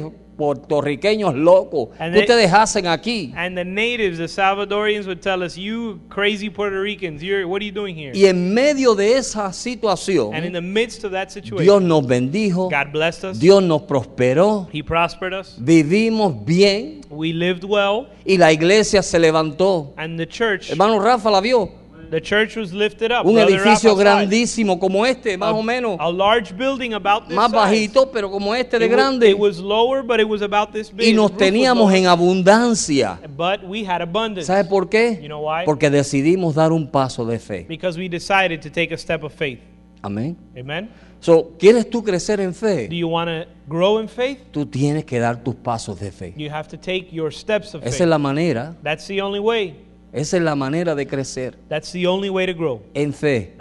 S1: puertorriqueños locos,
S2: And
S1: ¿qué
S2: they-
S1: ustedes hacen aquí?
S2: And the natives, the Salvadorians, would tell us, "You crazy Puerto Ricans, you're what are you doing here?"
S1: Y en medio de esa
S2: And in
S1: situación,
S2: the midst of that situation,
S1: Dios nos bendijo,
S2: God blessed us.
S1: Dios nos prosperó,
S2: He prospered us.
S1: vivimos bien
S2: We lived well,
S1: y la iglesia se levantó.
S2: and the church,
S1: Hermano Rafa la vio,
S2: the church was lifted up.
S1: un
S2: Brother Rafa
S1: edificio
S2: saw it.
S1: grandísimo como este, más o menos,
S2: A large building about this
S1: más
S2: size.
S1: bajito, pero como este de
S2: It wa-
S1: grande.
S2: It was lower, but it was about this big.
S1: Y
S2: Its
S1: nos
S2: roof was
S1: teníamos
S2: lower,
S1: en abundancia.
S2: But we had abundance
S1: ¿Sabe por
S2: You
S1: qué?
S2: know why?
S1: Porque decidimos dar un paso de fe.
S2: because we decided to take a step of faith.
S1: Amén.
S2: Amen.
S1: So, ¿Quieres tú crecer en fe?
S2: Do you want to grow in faith?
S1: Tú tienes que dar tus pasos de fe.
S2: You have to take your steps of faith.
S1: Esa es la manera,
S2: That's the only way.
S1: esa es la manera de crecer
S2: That's the only way to grow
S1: en fe.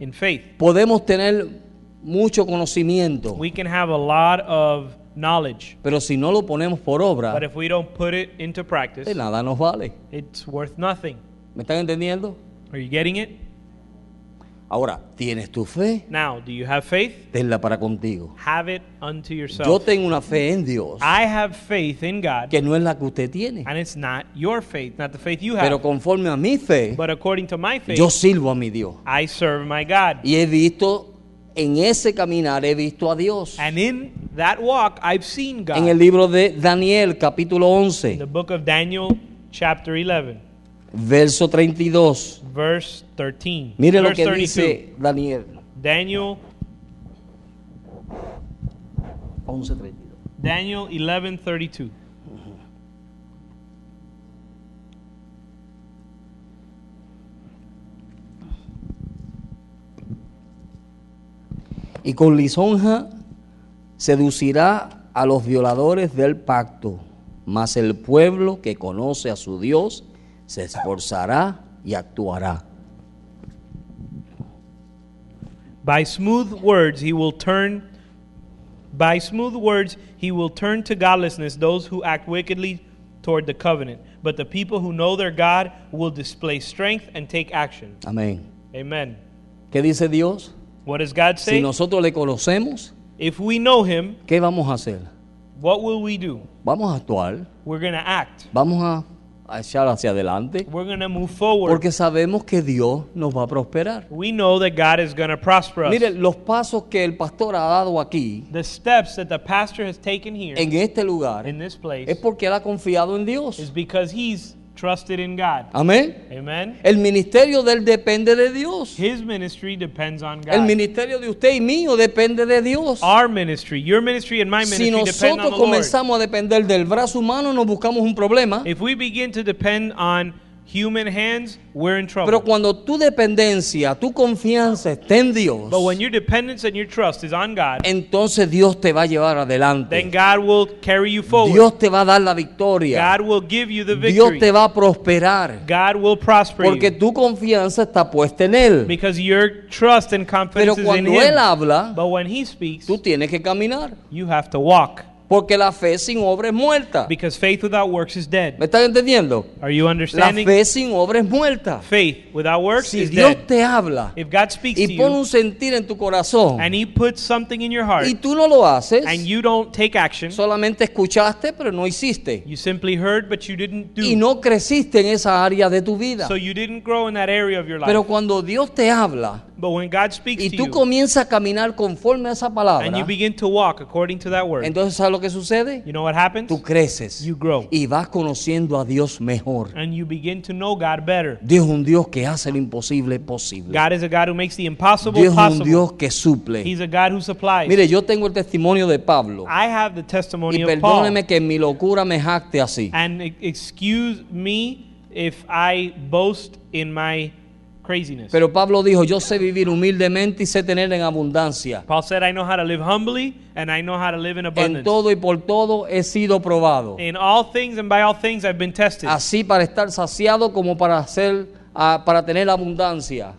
S2: in faith.
S1: Podemos tener mucho conocimiento,
S2: We can have a lot of knowledge,
S1: pero si no lo ponemos por obra,
S2: but if we don't put it into practice,
S1: de nada nos vale.
S2: it's worth nothing.
S1: ¿Me están entendiendo?
S2: Are you getting it?
S1: Ahora, ¿tienes tu fe?
S2: Now, do you have faith?
S1: Tenla para contigo.
S2: Have it unto
S1: Yo
S2: yourself.
S1: tengo una fe en Dios
S2: I have faith in God.
S1: que no es la que usted tiene,
S2: And it's not your faith, not the faith you
S1: pero
S2: have.
S1: conforme a mi fe,
S2: But according to my faith,
S1: yo sirvo a mi Dios.
S2: I serve my God.
S1: Y he visto, en ese caminar he visto a Dios.
S2: And in that walk, I've seen God.
S1: En el libro de Daniel, capítulo
S2: in the
S1: 11,
S2: book of Daniel, chapter 11,
S1: verso 32.
S2: verse 13.
S1: Mire lo
S2: verse
S1: que dice Daniel
S2: Daniel,
S1: 11:32.
S2: Daniel 11, 32.
S1: Y con lisonja seducirá a los violadores del pacto, mas el pueblo que conoce a su Dios se esforzará y actuará.
S2: By smooth words he will turn by smooth words he will turn to godlessness those who act wickedly toward the covenant. But the people who know their God will display strength and take action.
S1: Amén.
S2: Amen.
S1: ¿Qué dice Dios?
S2: What does God say?
S1: Si nosotros le conocemos,
S2: If we know him,
S1: ¿Qué vamos a hacer?
S2: what will we do?
S1: Vamos a actuar,
S2: We're going to act.
S1: vamos a, a echar hacia adelante,
S2: We're going to move forward.
S1: porque sabemos que Dios nos va a prosperar.
S2: we know that God is going to prosper us.
S1: Miren, los pasos que el pastor ha dado aquí,
S2: the steps that the pastor has taken here
S1: en este lugar,
S2: in this place
S1: es porque él ha confiado en
S2: is
S1: Dios.
S2: because he's trusted in God.
S1: Amén.
S2: Amen.
S1: El ministerio de él depende de Dios.
S2: His ministry depends on
S1: El
S2: God.
S1: ministerio de usted y mío depende de Dios.
S2: Our ministry, your ministry and my
S1: Si
S2: ministry depend on
S1: nosotros
S2: the Lord.
S1: comenzamos a depender del brazo humano, nos buscamos un problema.
S2: If we begin to depend on human hands, we're in trouble.
S1: Pero cuando tu dependencia, tu confianza está en Dios,
S2: but when your dependence and your trust is on
S1: Eh,
S2: God,
S1: entonces Dios te va a llevar
S2: then
S1: adelante.
S2: God will carry you forward.
S1: Dios te va a dar la victoria.
S2: God will give you the
S1: Dios
S2: victory.
S1: te va a prosperar.
S2: God will prosper
S1: Porque
S2: you
S1: tu confianza está puesta en Él.
S2: because your trust and
S1: Pero
S2: confidence is in
S1: cuando
S2: Him.
S1: Él habla,
S2: but when He speaks,
S1: tú tienes que caminar.
S2: you have to walk
S1: Porque la fe sin obra es muerta.
S2: because faith without works is dead.
S1: ¿Me están entendiendo?
S2: Are you
S1: La
S2: understanding?
S1: fe sin obra es muerta.
S2: Faith without works
S1: Si
S2: is
S1: Dios
S2: dead.
S1: te habla
S2: If God speaks to
S1: y pone
S2: you
S1: un sentir en tu corazón
S2: and He puts something in your heart
S1: y tú no lo haces,
S2: and you don't take action,
S1: solamente escuchaste pero no hiciste.
S2: you simply heard but you didn't do.
S1: y no creciste en esa área de tu vida.
S2: So you didn't grow in that area of your life.
S1: Pero cuando Dios te habla
S2: but when God speaks
S1: y
S2: to
S1: tú
S2: you
S1: comienzas a caminar conforme a esa
S2: and you
S1: palabra,
S2: begin to walk according to that word,
S1: entonces ¿sabes lo que sucede?
S2: you know what happens?
S1: Tú creces
S2: You grow.
S1: y vas conociendo a Dios mejor.
S2: And you begin to know God better.
S1: Dios es un Dios que hace lo imposible posible.
S2: God is a God who makes the impossible
S1: Dios es un
S2: possible.
S1: Dios que suple.
S2: He's a God who supplies.
S1: Mire, yo tengo el testimonio de Pablo
S2: I have the
S1: y
S2: testimony of Paul.
S1: perdóneme que en mi locura me jacte así.
S2: And e- excuse me if I boast in my craziness.
S1: Pero Pablo dijo, yo sé vivir humildemente y sé tener en abundancia.
S2: Paul said, I know how to live humbly and I know how to live
S1: En
S2: in abundance.
S1: todo y por todo he sido probado.
S2: In all things and by all things I've been tested.
S1: así para estar saciado como para hacer ah, para tener abundancia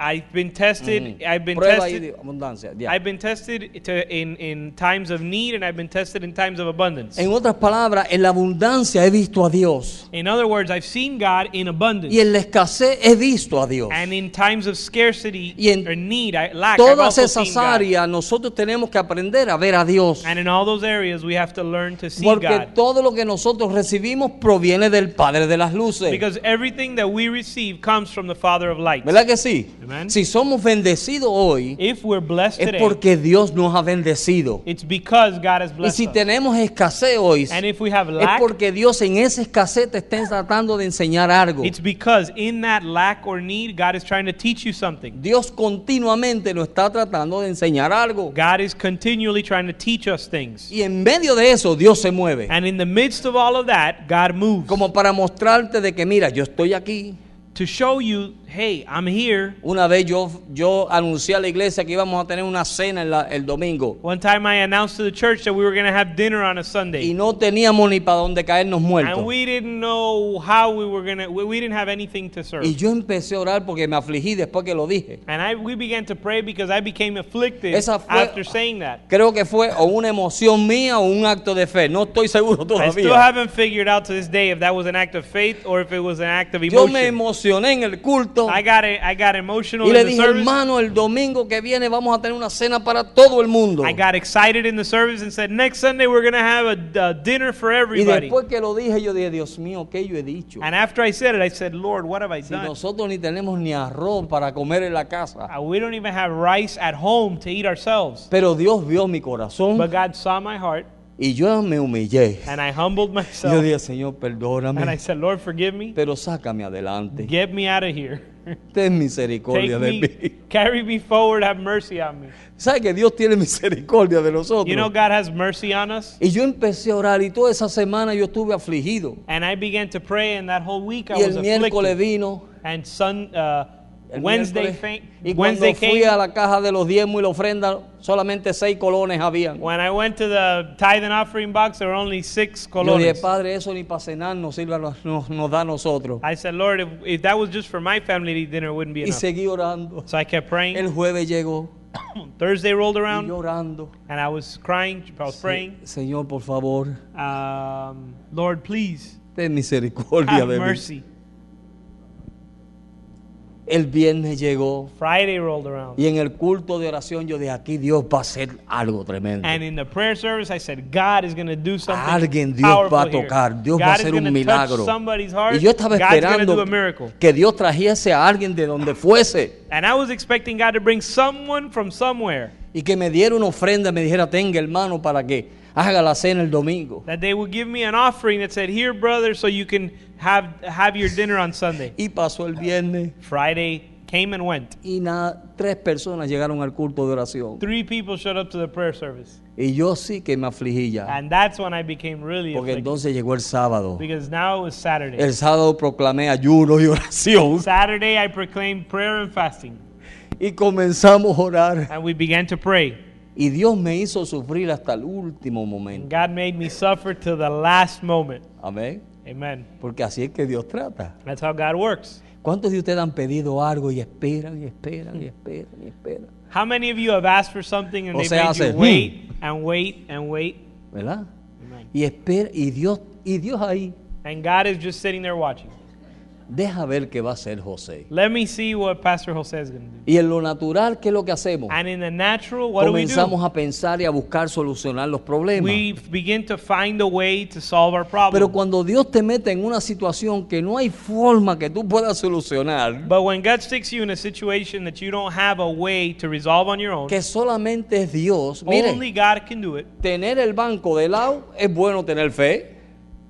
S2: I've been tested. I've
S1: Mm-hmm.
S2: been
S1: prueba y
S2: tested.
S1: di- abundancia ya.
S2: I've been tested to, in, in times of need and I've been tested in times of abundance.
S1: en otras palabras en la abundancia he visto a Dios
S2: In other words, I've seen God in abundance.
S1: y en la escasez he visto a Dios
S2: And in times of scarcity
S1: Y en
S2: or need, I, lack, I've
S1: todas
S2: also
S1: esas
S2: seen God.
S1: áreas nosotros tenemos que aprender a ver a Dios
S2: And in all those areas, we have to learn to see
S1: porque
S2: God.
S1: todo lo que nosotros recibimos proviene del Padre de las luces
S2: Because everything that we receive comes from the Father of lights.
S1: ¿verdad que sí?
S2: Amen.
S1: si somos bendecidos hoy
S2: If we're blessed
S1: es
S2: today,
S1: porque Dios nos ha bendecido
S2: it's because God has
S1: y
S2: blessed
S1: si
S2: us.
S1: tenemos escasez hoy
S2: And if we have
S1: Es
S2: lack,
S1: porque Dios en esa escasez te está tratando de enseñar algo.
S2: it's because in that lack or need, God is trying to teach you something.
S1: Dios continuamente nos está tratando de enseñar algo.
S2: God is continually trying to teach us things.
S1: Y en medio de eso Dios se mueve.
S2: And in the midst of all of that, God moves
S1: Como para mostrarte de que mira, yo estoy aquí.
S2: to show you, hey, I'm here.
S1: Una vez yo, yo anuncié a la iglesia que íbamos a tener una cena en la- el domingo
S2: One time I announced to the church that we were going to have dinner on a
S1: y
S2: Sunday.
S1: no teníamos ni para dónde caernos muertos.
S2: And we didn't know how we were going to, we, we didn't have anything to serve.
S1: Y yo empecé a orar porque me afligí después que lo dije.
S2: And I, we began to pray because I became afflicted
S1: Esa fue-
S2: after saying that.
S1: Creo que fue o una emoción mía o un acto de fe. No estoy seguro
S2: I still
S1: todavía.
S2: haven't figured out to this day if that was an act of faith or if it was an act of
S1: Yo me
S2: emotion.
S1: emocioné en el culto.
S2: I got it. I got emotional
S1: Y
S2: in
S1: le
S2: the
S1: dije,
S2: service.
S1: hermano, el domingo que viene vamos a tener una cena para todo el mundo.
S2: I got excited in the service and said, "Next Sunday we're gonna have a, a dinner for
S1: Y
S2: everybody."
S1: después que lo dije, yo dije, Dios mío, ¿qué yo he dicho?
S2: And after I said it, I said, "Lord, what have I
S1: Si
S2: done?
S1: nosotros ni tenemos ni arroz para comer en la casa.
S2: Uh, We don't even have rice at home to eat ourselves."
S1: Pero Dios vio mi
S2: But
S1: corazón
S2: God saw my heart,
S1: y yo me humillé.
S2: and I humbled
S1: Y yo
S2: myself,
S1: dije, Señor,
S2: and I
S1: perdóname,
S2: said, "Lord, forgive me.
S1: pero sácame adelante.
S2: Get me out of here.
S1: Ten
S2: Take
S1: misericordia de
S2: me,
S1: mí.
S2: carry me forward. Have mercy on me."
S1: ¿Sabes que Dios tiene misericordia de
S2: You know,
S1: nosotros?
S2: God has mercy on us.
S1: Y yo empecé a orar y toda esa semana yo estuve afligido.
S2: And I began to pray, and that whole week I
S1: Y
S2: was
S1: el miércoles
S2: afflicted.
S1: vino
S2: And sun, uh,
S1: El
S2: Wednesday,
S1: miércoles.
S2: fa-
S1: y cuando
S2: Wednesday
S1: fui
S2: came.
S1: a la caja de los diezmos y la ofrenda, solamente seis colones habían.
S2: When I went to the tithe and offering box, there were only six
S1: Yo dije,
S2: colones.
S1: Padre, eso ni para cenar nos, sirve a nos, nos- nos da a nosotros.
S2: I said, Lord, if, if that was just for my family dinner, it wouldn't be
S1: Y
S2: enough.
S1: seguí orando.
S2: So I kept
S1: El
S2: praying.
S1: jueves llegó
S2: Thursday rolled
S1: y
S2: around,
S1: yo orando.
S2: and I was crying. I was praying.
S1: Se- Señor, por favor,
S2: Um, Lord, please
S1: ten misericordia
S2: have
S1: de mí.
S2: mercy.
S1: El viernes llegó
S2: Friday rolled around.
S1: y en el culto de oración yo dije, aquí Dios va a hacer algo tremendo.
S2: And in the prayer service, I said, God is going to do something
S1: Alguien Dios
S2: powerful
S1: va a
S2: here.
S1: tocar, Dios
S2: God
S1: va a
S2: is
S1: hacer
S2: gonna
S1: un
S2: touch
S1: milagro.
S2: somebody's heart.
S1: Y yo estaba
S2: God's gonna do
S1: esperando
S2: a miracle.
S1: que Dios trajese a alguien de donde fuese
S2: And I was expecting God to bring someone from somewhere.
S1: y que me diera una ofrenda, me dijera, tenga hermano para que haga la cena el domingo.
S2: That they would give me an offering that said, "Here, brother, so you can have have your dinner on Sunday."
S1: Y pasó el viernes
S2: Friday came and went.
S1: y nada, tres personas llegaron al culto de oración.
S2: Three people showed up to the prayer service,
S1: Y yo sí que me afligí ya,
S2: and that's when I became really
S1: porque
S2: afflicted
S1: entonces llegó el sábado.
S2: because now it was Saturday.
S1: El sábado proclamé ayuno y oración
S2: Saturday, I proclaimed prayer and fasting,
S1: y comenzamos a orar.
S2: and we began to pray.
S1: Y Dios me hizo sufrir hasta el último
S2: And
S1: momento.
S2: God made me suffer to the last moment.
S1: Amén.
S2: Amen.
S1: Porque así es que Dios trata.
S2: That's how God works.
S1: ¿Cuántos de ustedes han pedido algo y esperan y esperan y esperan y esperan?
S2: How many of you have asked for something and
S1: O
S2: they
S1: sea,
S2: made you
S1: hace, hmm.
S2: wait and wait and wait?
S1: ¿Verdad?
S2: Amen.
S1: Y espera, y Dios, y Dios ahí
S2: And God is just sitting there watching.
S1: deja ver qué va a hacer José.
S2: Let me see what Pastor Jose is going to do.
S1: Y en lo natural, ¿qué es lo que hacemos?
S2: And in the natural, what do we
S1: Comenzamos
S2: do?
S1: a pensar y a buscar solucionar los problemas.
S2: We begin to find a way to solve our
S1: Pero
S2: problem.
S1: cuando Dios te mete en una situación que no hay forma que tú puedas solucionar,
S2: But when God sticks you in a situation that you don't have a way to resolve on your own,
S1: que solamente es Dios,
S2: only
S1: mire,
S2: God can do it.
S1: tener el banco de lado es bueno tener fe.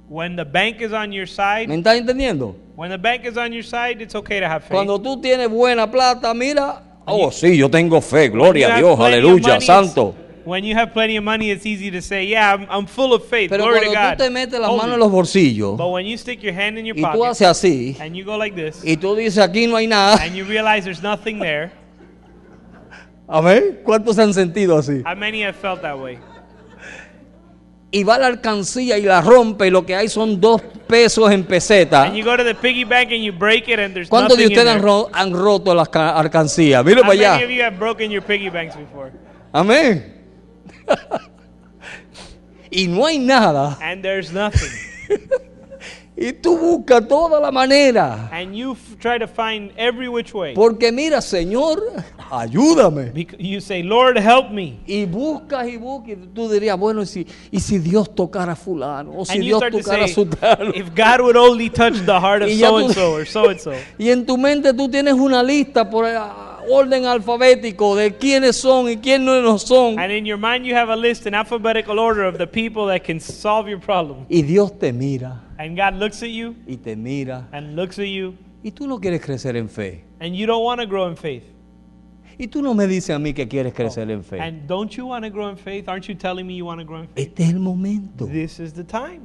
S2: When the bank is on
S1: ¿Me
S2: your side,
S1: estás entendiendo?
S2: when the bank is on your side, it's okay to have faith.
S1: Cuando tú tienes buena plata, mira. Oh, sí, yo tengo fe, gloria a
S2: You
S1: Dios,
S2: have plenty of
S1: aleluya,
S2: money,
S1: santo.
S2: it's- When you have plenty of money, it's easy to say, yeah, I'm, I'm full of faith.
S1: Pero
S2: Glory
S1: cuando
S2: to God.
S1: tú te metes las
S2: Holy.
S1: manos en los bolsillos
S2: But when you stick your hand in your
S1: y tú
S2: pocket
S1: haces así
S2: and you go like this
S1: y tú dices aquí no hay nada,
S2: and you realize there's nothing there,
S1: a ver, ¿cuántos se han sentido así?
S2: how many have felt that way?
S1: Y va a la alcancía y la rompe y lo que hay son dos pesos en peseta.
S2: And you go to the piggy bank and you break it and there's
S1: ¿Cuántos de
S2: nothing in
S1: ustedes han,
S2: there.
S1: ro- han roto las ca- alcancías? Mire
S2: How
S1: para
S2: many of
S1: allá.
S2: you have broken your piggy banks before?
S1: Amén. y no hay nada.
S2: And there's nothing.
S1: Y tú buscas toda la manera.
S2: and you f- try to find every which way.
S1: Porque mira, Señor, ayúdame.
S2: Bec- you say, Lord, help me.
S1: Y buscas y buscas, y tú dirías, bueno, y si, y si Dios tocara a fulano, o si
S2: and
S1: Dios
S2: you start to
S1: tocara
S2: say,
S1: a sultano.
S2: if God would only touch the heart of
S1: Y ya
S2: so
S1: tú-
S2: and so or so and so.
S1: Y en tu mente tú tienes una lista por ah, orden alfabético de quiénes son y quiénes no lo son.
S2: And in your mind, you have a list in alphabetical order of the people that can solve your problem.
S1: Y Dios te mira,
S2: And God looks at you
S1: y te mira.
S2: and looks at you,
S1: Y tú no quieres crecer en fe.
S2: and you don't want to grow in faith.
S1: Y tú no me dices a mí que quieres crecer en fe.
S2: And don't you want to grow in faith? Aren't you telling me you want to grow in faith?
S1: Este es el momento.
S2: This is the time.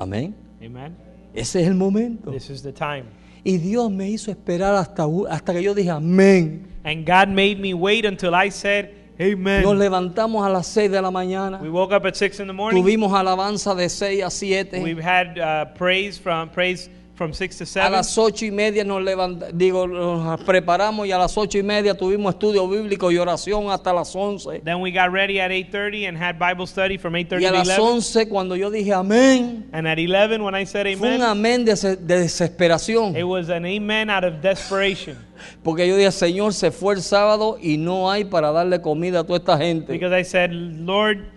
S1: Amén.
S2: Amen.
S1: Ese es el momento.
S2: This is the time.
S1: Y Dios me hizo esperar hasta, u- hasta que yo dije amén.
S2: And God made me wait until I said,
S1: Nos
S2: Amen.
S1: levantamos a las 6 de la mañana.
S2: We woke up at 6 in the morning.
S1: Tuvimos alabanza de 6 a 7.
S2: We've had uh, praise from praise from 6 to
S1: A
S2: 7.
S1: las 8 y media nos levantamos, digo, nos preparamos y a las 8 y media tuvimos estudio bíblico y oración hasta las 11.
S2: Then we got ready at 8.30 and had Bible study from 8.30
S1: Y a
S2: to
S1: las
S2: 11.
S1: 11 cuando yo dije amén,
S2: And at 11, when I said
S1: fue un
S2: amen,
S1: amén de, se- de desesperación.
S2: It was an amen out of desperation
S1: Porque yo dije, Señor, se fue el sábado y no hay para darle comida a toda esta gente.
S2: because I said, Lord,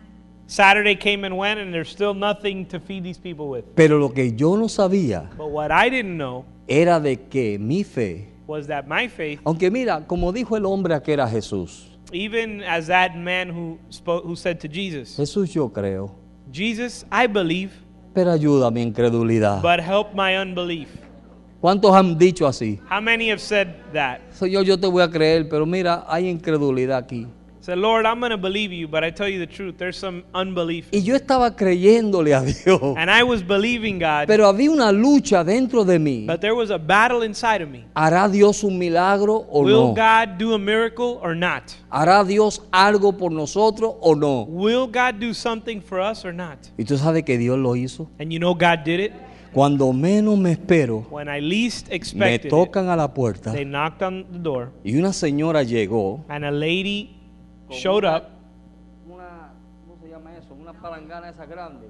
S2: Saturday came and went, and there's still nothing to feed these people with.
S1: Pero lo que yo no sabía
S2: But what I didn't know
S1: era de que mi fe,
S2: was that my faith,
S1: aunque mira, como dijo el hombre que era Jesús,
S2: even as that man who spoke, who said to Jesus,
S1: Jesús yo creo.
S2: Jesus, I believe,
S1: Pero ayuda a mi incredulidad.
S2: but help my unbelief.
S1: ¿Cuántos han dicho así?
S2: How many have said that?
S1: Señor, yo te voy a creer, pero mira, hay incredulidad aquí.
S2: Said, Lord, I'm going to believe you, but I tell you the truth, there's some unbelief.
S1: Y yo estaba creyéndole a Dios,
S2: And I was believing God,
S1: pero había una lucha dentro de mí.
S2: but there was a battle inside of me.
S1: ¿Hará Dios un milagro o
S2: Will
S1: Oh, no?
S2: God do a miracle or not?
S1: ¿Hará Dios algo por nosotros o no?
S2: Will God do something for us or not?
S1: Y tú sabes que Dios lo hizo.
S2: And you know God did it
S1: Cuando menos me espero,
S2: when I least
S1: me
S2: expected it.
S1: tocan a la puerta.
S2: They knocked on the door
S1: Y una señora llegó.
S2: and a lady showed up
S1: Una, ¿Cómo se llama eso? Una palangana esa grande.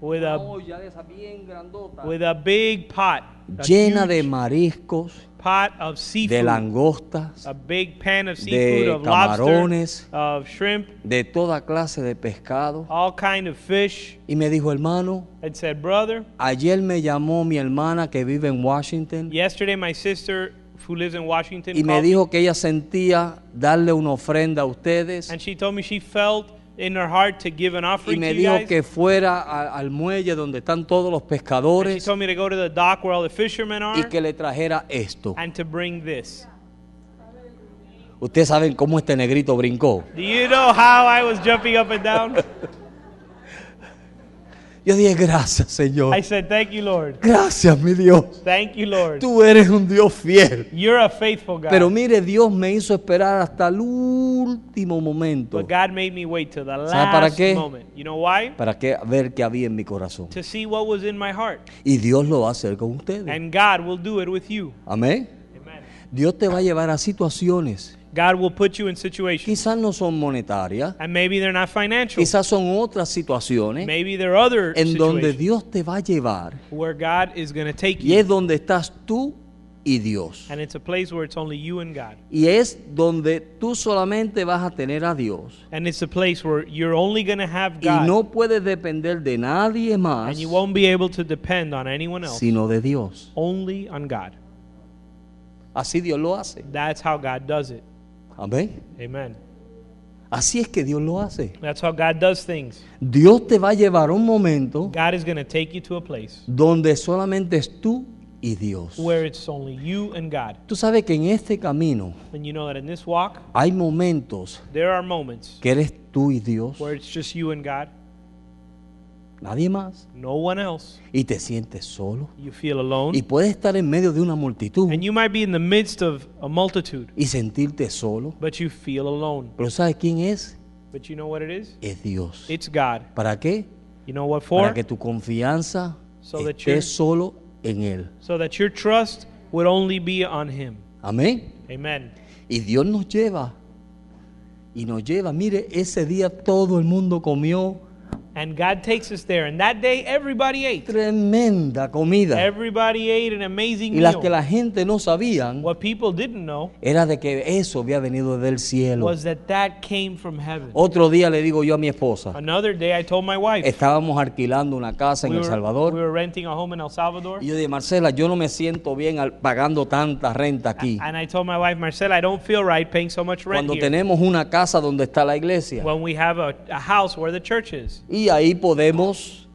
S2: with
S1: Una
S2: a
S1: olla de esa bien grandota,
S2: with a big pot, a
S1: llena de
S2: Pues, huge
S1: mariscos,
S2: pot of
S1: de
S2: seafood,
S1: langostas,
S2: a big pan of seafood, of lobster,
S1: camarones.
S2: of shrimp,
S1: de toda clase de pescado.
S2: all kind of fish,
S1: Y me dijo, hermano,
S2: and said, "Brother,
S1: ayer me llamó mi hermana que vive en Washington
S2: yesterday my sister who lives in Washington
S1: y me
S2: called
S1: dijo que ella sentía darle una ofrenda a ustedes.
S2: and she told me she felt in her heart to give an
S1: Y
S2: offering
S1: me
S2: to you
S1: dijo
S2: guys.
S1: que fuera a- al muelle donde están todos los
S2: And she
S1: pescadores
S2: told me to go to the dock where all the fishermen are
S1: y que le trajera esto.
S2: and to bring this.
S1: Ustedes saben cómo este negrito brincó.
S2: Do you know how I was jumping up and down?
S1: Yo dije, gracias Señor.
S2: I said, Thank you, Lord.
S1: Gracias mi Dios.
S2: Thank you, Lord.
S1: Tú eres un Dios fiel.
S2: You're a faithful God.
S1: Pero mire, Dios me hizo esperar hasta el último momento
S2: but God made me wait till the
S1: ¿Sabe para
S2: last
S1: qué?
S2: moment. You know why?
S1: para que, ver qué había en mi corazón.
S2: To see what was in my heart.
S1: Y Dios lo va a hacer con ustedes.
S2: And God will do it with you.
S1: Amén.
S2: Amen.
S1: Dios te va a llevar a situaciones.
S2: God will put you in situations.
S1: Quizás no son monetarias,
S2: And maybe they're not financial.
S1: quizás son otras situaciones.
S2: Maybe there are other
S1: ¿eh? en donde
S2: situations
S1: Dios te va a llevar
S2: where God is going to take
S1: y
S2: you.
S1: es donde estás tú y Dios.
S2: And it's a place where it's only you and God.
S1: Y es donde tú solamente vas a tener a Dios
S2: And it's a place where you're only going to have
S1: y
S2: God.
S1: no puedes depender de nadie más
S2: and you won't be able to depend on anyone else,
S1: sino de Dios.
S2: only on God.
S1: Así Dios lo hace.
S2: That's how God does it.
S1: Amén.
S2: Amen.
S1: Así es que Dios lo hace.
S2: That's how God does things.
S1: Dios te va a llevar a un momento
S2: God is going to take you to a place
S1: donde solamente es tú y Dios.
S2: where it's only you and God.
S1: Tú sabes que en este camino
S2: And you know that in this walk,
S1: hay momentos
S2: there are moments
S1: que eres tú y Dios,
S2: where it's just you and God,
S1: nadie más,
S2: no one else.
S1: y te sientes solo.
S2: You feel alone.
S1: Y puedes estar en medio de una multitud
S2: And you might be in the midst of a multitude,
S1: y sentirte solo.
S2: but you feel alone.
S1: Pero ¿sabes quién es?
S2: But you know what it is?
S1: Es Dios.
S2: It's God.
S1: ¿Para qué?
S2: You know what
S1: Para
S2: for?
S1: que tu confianza
S2: So that
S1: esté
S2: you're-
S1: solo en Él.
S2: So that your trust would only be on Him.
S1: Amén.
S2: Amen.
S1: Y Dios nos lleva. Y nos lleva. Mire, ese día todo el mundo comió
S2: And God takes us there. And that day, everybody ate.
S1: tremenda comida.
S2: Everybody ate an amazing
S1: Y las que
S2: meal.
S1: la gente no sabían
S2: What people didn't know
S1: era de que eso había venido del cielo.
S2: was that that came from heaven.
S1: Otro día le digo yo a mi esposa,
S2: Another day, I told my wife,
S1: estábamos alquilando una casa en
S2: we
S1: El
S2: were,
S1: Salvador.
S2: we were renting a home in El Salvador.
S1: Y yo dije, Marcela, yo no me siento bien al- pagando tanta renta aquí.
S2: And I told my wife, Marcela, I don't feel right paying so much rent
S1: Cuando
S2: here
S1: tenemos una casa donde está la iglesia.
S2: when we have a, a house where the church is
S1: Y ahí podemos,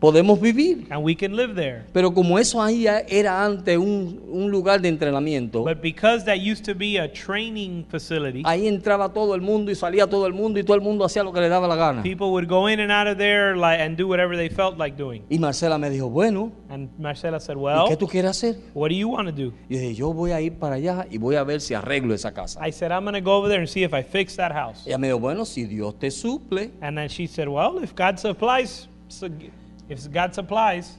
S1: podemos vivir.
S2: and we can live there.
S1: Pero como eso ahí ya era antes un, un lugar de entrenamiento,
S2: But because that used to be a training facility,
S1: ahí entraba todo el mundo y salía todo el mundo y todo el mundo hacía lo que le daba la gana.
S2: people would go in and out of there like, and do whatever they felt like doing.
S1: Y Marcela me dijo, bueno,
S2: And Marcela said,
S1: ¿y
S2: Well,
S1: qué tú quieres hacer?
S2: what do you want to do?
S1: Y yo dije, yo voy a ir para allá y voy a ver si arreglo esa casa.
S2: I said, I'm going to go over there and see if I fix that house.
S1: Ella me dijo, bueno, si Dios te suple.
S2: And then she said, Well, if God supplies, so if God supplies.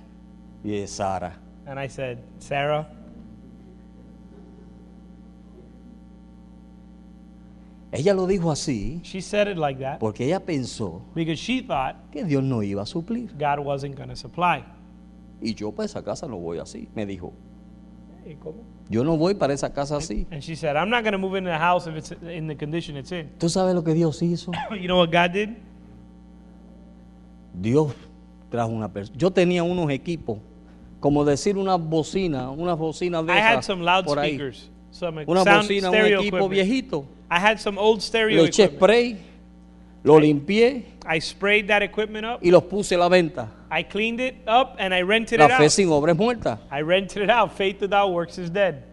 S1: Y es Sara.
S2: And I said, Sarah.
S1: Ella lo dijo así
S2: She said it like that
S1: porque ella pensó
S2: because she thought
S1: que Dios no iba a suplir.
S2: God wasn't going to supply.
S1: Y yo para esa casa no voy así, me dijo. Yo no voy para esa casa así.
S2: And she said, I'm not going to move into the house if it's in the condition it's in.
S1: ¿Tú sabes lo que Dios hizo?
S2: you know what God did?
S1: Dios trajo una persona. Yo tenía unos equipos, como decir unas bocinas, unas bocinas de
S2: I had
S1: esas
S2: some
S1: por ahí.
S2: loudspeakers, some
S1: Una
S2: sound
S1: bocina, un
S2: stereo
S1: equipo
S2: equipment.
S1: viejito.
S2: I had some old stereo
S1: Le eché
S2: equipment.
S1: spray, lo limpié
S2: I sprayed that equipment up.
S1: y los puse a la venta.
S2: I cleaned it up and I rented
S1: La
S2: it
S1: fe
S2: out.
S1: sin obra es muerta.
S2: I rented it out. Faith without works is dead.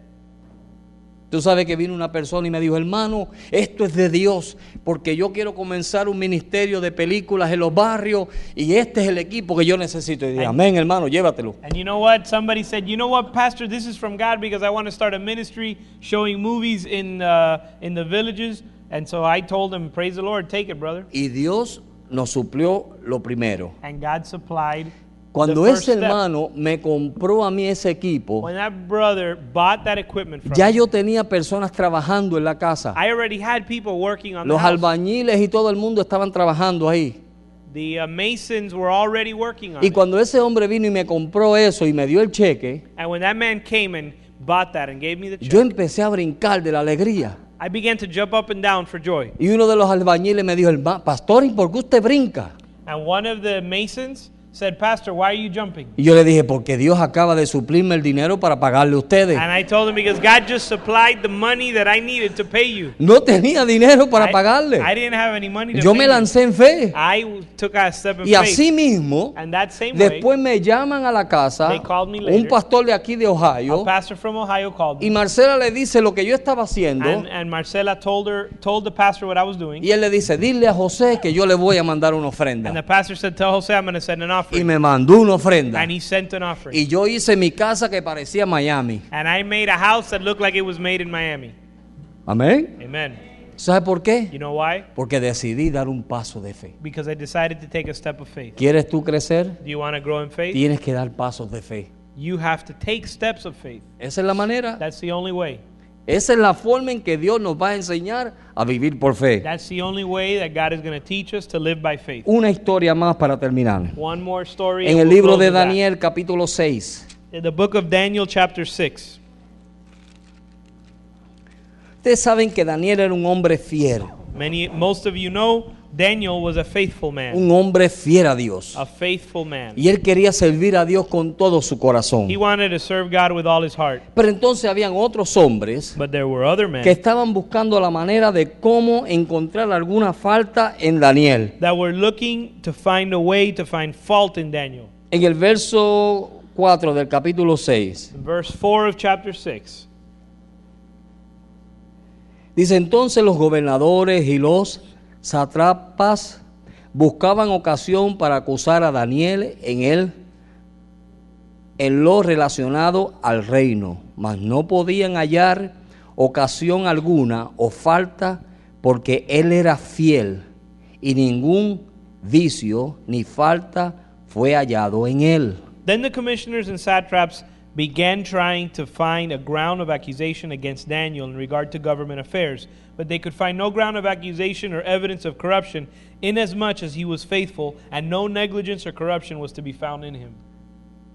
S1: Tú sabes que vino una persona y me dijo, hermano, esto es de Dios, porque yo quiero comenzar un ministerio de películas en los barrios y este es el equipo que yo necesito. Y dije, amén, hermano, llévatelo.
S2: And you know what? Somebody said, "You know what, Pastor? This is from God because I want to start a ministry showing movies in uh, in the villages." And so I told him, "Praise the Lord, take it, brother."
S1: Y Dios nos suplió lo primero.
S2: And God supplied.
S1: Cuando
S2: the first
S1: ese
S2: step.
S1: hermano me compró a mí ese equipo,
S2: when that brother bought that equipment from
S1: ya
S2: me,
S1: yo tenía personas trabajando en la casa.
S2: I already had people working on the
S1: Los
S2: house.
S1: albañiles y todo el mundo estaban trabajando ahí.
S2: The uh, masons were already working on
S1: Y
S2: it.
S1: cuando ese hombre vino y me compró eso y me dio el cheque,
S2: And when that man came and bought that and gave me the check,
S1: yo empecé a brincar de la alegría.
S2: I began to jump up and down for joy.
S1: Y uno de los albañiles me dijo, "Herma- pastor, ¿y por qué usted brinca?
S2: And one of the masons said, Pastor, why are you jumping?
S1: Y yo le dije, porque Dios acaba de suplirme el dinero para pagarle a ustedes.
S2: And I told him, Because God just supplied the money that I needed to pay you.
S1: No tenía dinero para
S2: I,
S1: pagarle.
S2: I didn't have any money to
S1: Yo
S2: pay
S1: me
S2: you.
S1: lancé en fe.
S2: I w- took a step in
S1: Y así
S2: faith.
S1: mismo,
S2: And that same
S1: después me llaman a la casa
S2: They called me
S1: un
S2: later.
S1: pastor de aquí de
S2: way, a
S1: Ohio
S2: pastor from Ohio called me.
S1: y Marcela le dice lo que yo estaba haciendo
S2: And, and Marcela told her, told the pastor what I was doing.
S1: y él le dice, dile a José que yo le voy a mandar una
S2: And the
S1: ofrenda.
S2: pastor said, Tell Jose I'm going to send an
S1: Y
S2: offering.
S1: me mandó una ofrenda.
S2: And he sent an offering.
S1: Y yo hice mi casa que parecía Miami.
S2: And I made a house that looked like it was made in Miami.
S1: Amén.
S2: Amen.
S1: ¿Sabe por qué?
S2: You know why?
S1: Porque decidí dar un paso de fe.
S2: Because I decided to take a step of faith.
S1: ¿Quieres tú crecer?
S2: Do you want to grow in faith?
S1: Tienes que dar pasos de fe.
S2: You have to take steps of faith.
S1: Esa es la manera.
S2: That's the only way.
S1: Esa es la forma en que Dios nos va a enseñar a vivir por fe.
S2: That's the only way that God is going to teach us to live by faith.
S1: Una historia más para terminar.
S2: One more story.
S1: En
S2: and
S1: el
S2: we'll
S1: libro
S2: close
S1: de
S2: with that.
S1: Daniel capítulo 6.
S2: In the book of Daniel, chapter 6.
S1: Ustedes saben que Daniel era un hombre fiel,
S2: Many, most of you know Daniel was a faithful man.
S1: un hombre fiel a Dios.
S2: A faithful man.
S1: Y él quería servir a Dios con todo su corazón.
S2: He wanted to serve God with all his heart.
S1: Pero entonces habían otros hombres
S2: But there were other men
S1: que estaban buscando la manera de cómo encontrar alguna falta en Daniel.
S2: that were looking to find a way to find fault in Daniel.
S1: En el verso 4 del capítulo 6
S2: Verse 4 of chapter 6.
S1: dice entonces los gobernadores y los satrapas buscaban ocasión para acusar a Daniel en él en lo relacionado al reino, mas no podían hallar ocasión alguna o falta porque él era fiel y ningún vicio ni falta fue hallado en él.
S2: Then the commissioners and satraps began trying to find a ground of accusation against Daniel in regard to government affairs, but they could find no ground of accusation or evidence of corruption, inasmuch as he was faithful, and no negligence or corruption was to be found in him.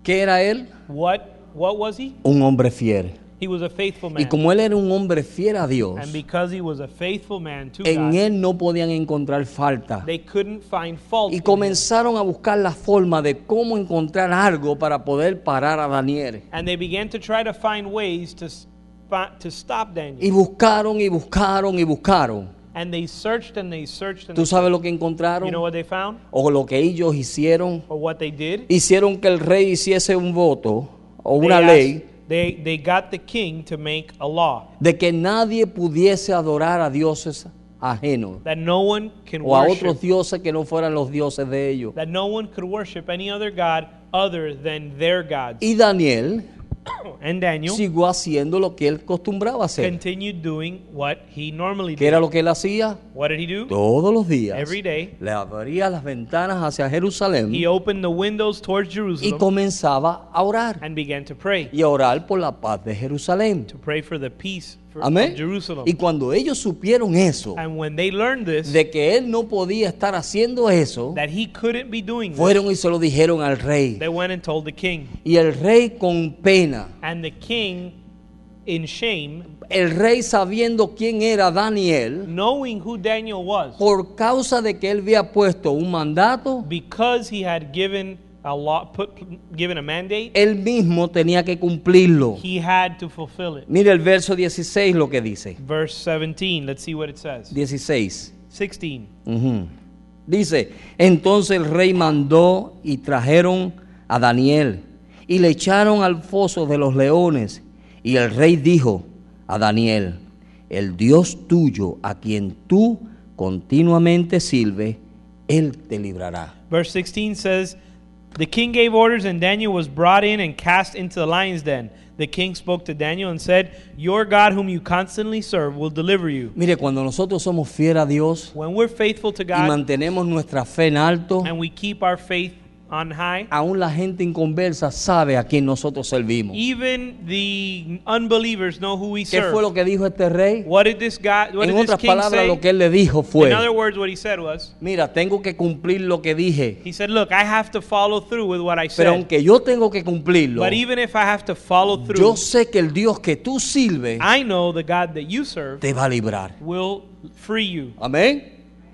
S1: ¿Qué era él?
S2: What what was he?
S1: Un hombre fiel.
S2: He was a faithful
S1: Y
S2: man.
S1: como él era un hombre fiel a Dios,
S2: And because he was a faithful man to
S1: en
S2: God,
S1: él no podían encontrar falta.
S2: they couldn't find fault.
S1: Y
S2: in him.
S1: comenzaron a buscar la forma de cómo encontrar algo para poder parar a Daniel.
S2: And they began to try to find ways to s- fi- to stop
S1: Y
S2: Daniel.
S1: buscaron y buscaron y buscaron.
S2: And they searched and they searched and
S1: ¿Tú
S2: they
S1: sabes lo que
S2: You know
S1: encontraron?
S2: what they found?
S1: O lo que ellos hicieron.
S2: Or what they did?
S1: Hicieron que el rey hiciese un voto o
S2: They
S1: una
S2: asked-
S1: ley
S2: They, they got the king to make a law
S1: de que nadie pudiese adorar a dioses ajenos
S2: that no one can
S1: o a
S2: worship,
S1: otros dioses que no fueran los dioses de ellos.
S2: that no one could worship any other god other than their gods.
S1: Y Daniel
S2: and Daniel
S1: siguió haciendo lo que él acostumbraba a hacer.
S2: continued doing what he normally
S1: ¿Qué
S2: did.
S1: era lo que él hacía?
S2: What did he do?
S1: Todos los días.
S2: Every day.
S1: Le abría las ventanas hacia Jerusalén
S2: He opened the windows towards
S1: y
S2: Jerusalem
S1: comenzaba a orar.
S2: and began to pray,
S1: Y a orar por la paz de Jerusalén.
S2: to pray for the peace for,
S1: Amén.
S2: of Jerusalem.
S1: Y cuando ellos supieron eso,
S2: and when they learned this,
S1: de que él no podía estar haciendo eso,
S2: that he couldn't be doing this,
S1: fueron y se lo dijeron al rey.
S2: they went and told the king.
S1: Y el rey con pena,
S2: And the king, in shame,
S1: el rey sabiendo quién era Daniel,
S2: knowing who Daniel was,
S1: por causa de que él había puesto un mandato,
S2: because he had given a law, put, given a mandate,
S1: él mismo tenía que cumplirlo.
S2: he had to fulfill it.
S1: Mira el verso 16 lo que dice.
S2: Verse 17. Let's see what it says.
S1: 16.
S2: 16.
S1: Ujú. Dice, entonces el rey mandó y trajeron a Daniel y le echaron al foso de los leones. Y el rey dijo a Daniel, el Dios tuyo a quien tú continuamente sirves, él te librará.
S2: Verse 16 says, The king gave orders, and Daniel was brought in and cast into the lion's den. The king spoke to Daniel and said, Your God, whom you constantly serve, will deliver you.
S1: Mire, cuando nosotros somos fieles a Dios
S2: When we're faithful to
S1: y
S2: God
S1: mantenemos nuestra fe en alto,
S2: and we keep our faith on high.
S1: Aún la gente inconversa sabe a quién nosotros servimos.
S2: Even the unbelievers know who we
S1: ¿Qué
S2: serve.
S1: fue lo que dijo este rey?
S2: What did this guy? What
S1: En
S2: did this
S1: otras
S2: king
S1: palabras,
S2: say?
S1: lo que él le dijo
S2: In
S1: fue,
S2: other words, what he said was,
S1: mira, tengo que cumplir lo que dije,
S2: he said, "Look, I have to follow through with what I
S1: pero
S2: said.
S1: aunque yo tengo que cumplirlo,
S2: But even if I have to follow through,
S1: yo sé que el Dios que tú sirves
S2: I know the God that you serve
S1: te va a librar.
S2: will free you."
S1: Amén,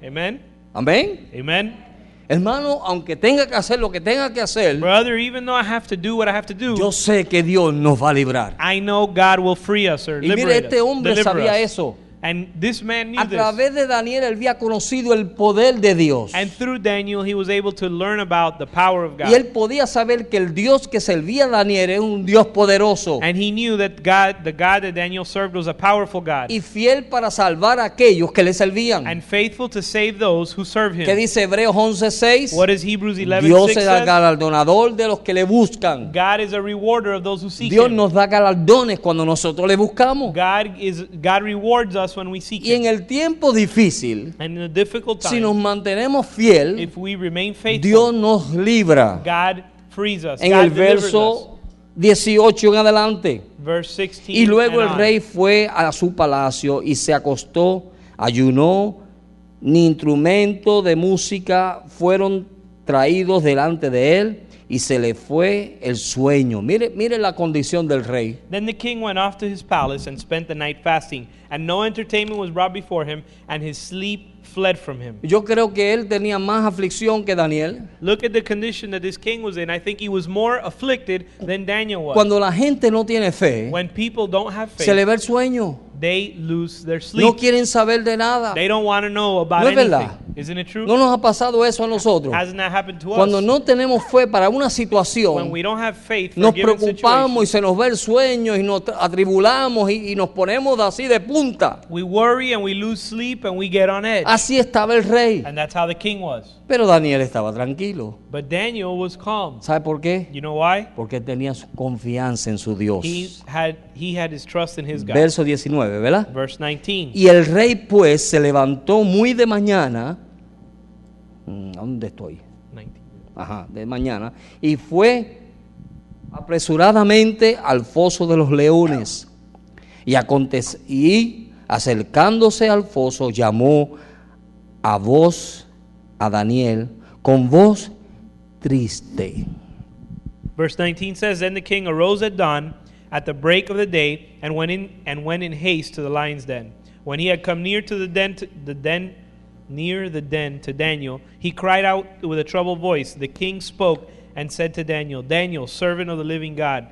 S2: Amen.
S1: amén.
S2: Amen.
S1: Hermano, aunque tenga que hacer lo que tenga que hacer,
S2: Brother, even though I have to do what I have to do,
S1: yo sé que Dios nos va a librar.
S2: I know God will free us or
S1: Y mire,
S2: liberate
S1: este
S2: us,
S1: hombre
S2: deliver
S1: sabía
S2: us.
S1: eso.
S2: And this man knew
S1: A
S2: this.
S1: través de Daniel él había conocido el poder de Dios.
S2: And through Daniel, he was able to learn about the power of
S1: Y él
S2: God.
S1: podía saber que el Dios que servía a Daniel era un Dios poderoso
S2: And he knew that God, the God that Daniel served, was a powerful God
S1: y fiel para salvar a aquellos que le servían.
S2: and faithful to save those who serve
S1: ¿Qué
S2: him.
S1: dice Hebreos 11:6?
S2: What does Hebrews 11
S1: Dios
S2: 6
S1: es el
S2: says?
S1: galardonador de los que le buscan.
S2: God is a rewarder of those who seek
S1: Dios
S2: him.
S1: nos da galardones cuando nosotros le buscamos.
S2: God is God rewards us when we seek
S1: Y en
S2: him.
S1: el tiempo difícil,
S2: And in a difficult
S1: si
S2: time,
S1: nos mantenemos fiel,
S2: if we remain faithful,
S1: Dios nos libra.
S2: God frees us.
S1: En
S2: God
S1: el
S2: delivers
S1: verso 18 en adelante.
S2: us. Verse 16.
S1: Y luego
S2: and
S1: el
S2: on.
S1: rey fue a su palacio y se acostó, ayunó, ni instrumento de música fueron traídos delante de él y se le fue el sueño. Mire, mire la condición del rey.
S2: Then the king went off to his palace and spent the night fasting, and no entertainment was brought before him, and his sleep fled from him.
S1: Yo creo que él tenía más aflicción que Daniel.
S2: Look at the condition that this king was in. I think he was more afflicted than Daniel was.
S1: Cuando la gente no tiene fe,
S2: when people don't have faith,
S1: se le va el sueño.
S2: they lose their
S1: No
S2: sleep.
S1: quieren saber de nada.
S2: they don't want to know about
S1: No es
S2: anything.
S1: verdad.
S2: Isn't it true?
S1: No nos ha pasado eso a nosotros.
S2: Hasn't that happened to
S1: Cuando
S2: us?
S1: no tenemos fe para una situación,
S2: when we don't have faith for
S1: Nos
S2: given
S1: preocupamos y se nos ve el sueño y nos tra- atribulamos y, y nos ponemos de así de punta.
S2: situations, we worry and we lose sleep and we get on edge.
S1: Así estaba el rey.
S2: and that's how the king was.
S1: Pero Daniel estaba tranquilo.
S2: But Daniel was calm.
S1: ¿Sabe por qué?
S2: You know why?
S1: Porque tenía su confianza en su Dios.
S2: He had he had his trust in his God.
S1: Verso 19, ¿verdad?
S2: Verse 19.
S1: Y el rey pues se levantó muy de mañana. Mm, ¿a ¿Dónde estoy?
S2: 19.
S1: Ajá, de mañana. Y fue apresuradamente al foso de los leones. Y, aconte- y acercándose al foso, llamó a voz a Daniel con voz triste.
S2: Verse 19 says then the king arose at dawn at the break of the day and went in and went in haste to the lion's den. When he had come near to the den to, the den near the den to Daniel, he cried out with a troubled voice. The king spoke and said to Daniel, "Daniel, servant of the living God,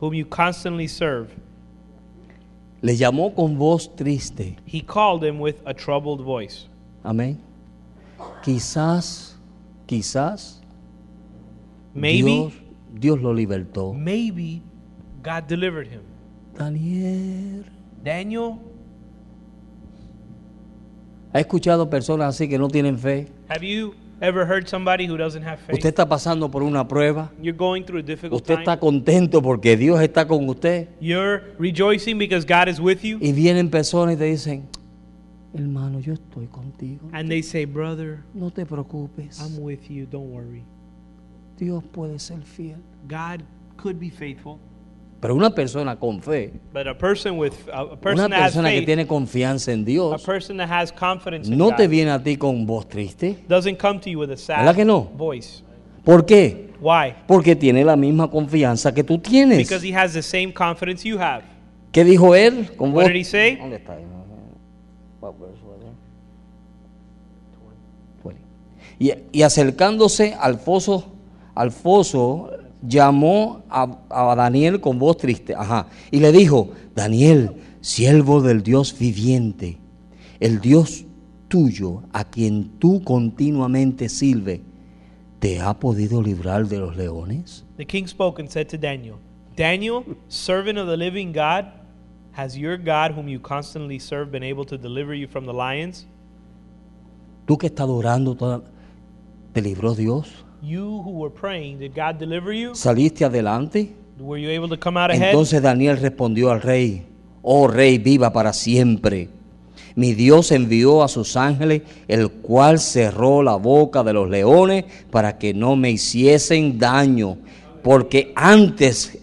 S2: whom you constantly serve."
S1: Le llamó con voz triste.
S2: He called him with a troubled voice.
S1: Amén. Quizás, quizás
S2: Maybe
S1: Dios, Dios lo libertó.
S2: maybe God delivered him.
S1: Daniel.
S2: Daniel
S1: ¿Ha escuchado personas así que no tienen fe?
S2: Have you ever heard somebody who doesn't have faith?
S1: Usted está pasando por una prueba.
S2: You're going through a difficult
S1: Usted
S2: time.
S1: está contento porque Dios está con usted.
S2: You're rejoicing because God is with you.
S1: Y vienen personas y te dicen, hermano, yo estoy contigo.
S2: And they say, Brother,
S1: No te preocupes.
S2: I'm with you. Don't worry.
S1: Dios puede ser fiel.
S2: God could be faithful.
S1: Pero una persona con fe,
S2: But a person with a, a
S1: una
S2: person that has
S1: persona que
S2: faith,
S1: tiene confianza en
S2: a
S1: Dios,
S2: person that has confidence in
S1: no
S2: God,
S1: te viene a ti con voz triste.
S2: doesn't come to you with a
S1: ¿Verdad
S2: sad
S1: que no?
S2: voice.
S1: ¿Por qué?
S2: Why?
S1: Porque tiene la misma confianza que tú tienes.
S2: Because he has the same confidence you have.
S1: ¿Qué dijo él? Con
S2: What
S1: voz...
S2: did he say?
S1: ¿Dónde está? What verse was it? 20. Y, y acercándose al foso, al foso, llamó a, a Daniel con voz triste. Ajá. Y le dijo, Daniel, siervo del Dios viviente, el Dios tuyo, a quien tú continuamente sirves, ¿te ha podido librar de los leones?
S2: The king spoke and said to Daniel, Daniel, servant of the living God, has your God, whom you constantly serve, been able to deliver you from the lions?
S1: Tú que estás orando, toda- ¿te libró Dios?
S2: You who were praying, did God deliver you?
S1: ¿Saliste adelante?
S2: Were you able to come out ahead?
S1: Entonces Daniel respondió al rey, oh rey, viva para siempre. Mi Dios envió a sus ángeles, el cual cerró la boca de los leones para que no me hiciesen daño, porque antes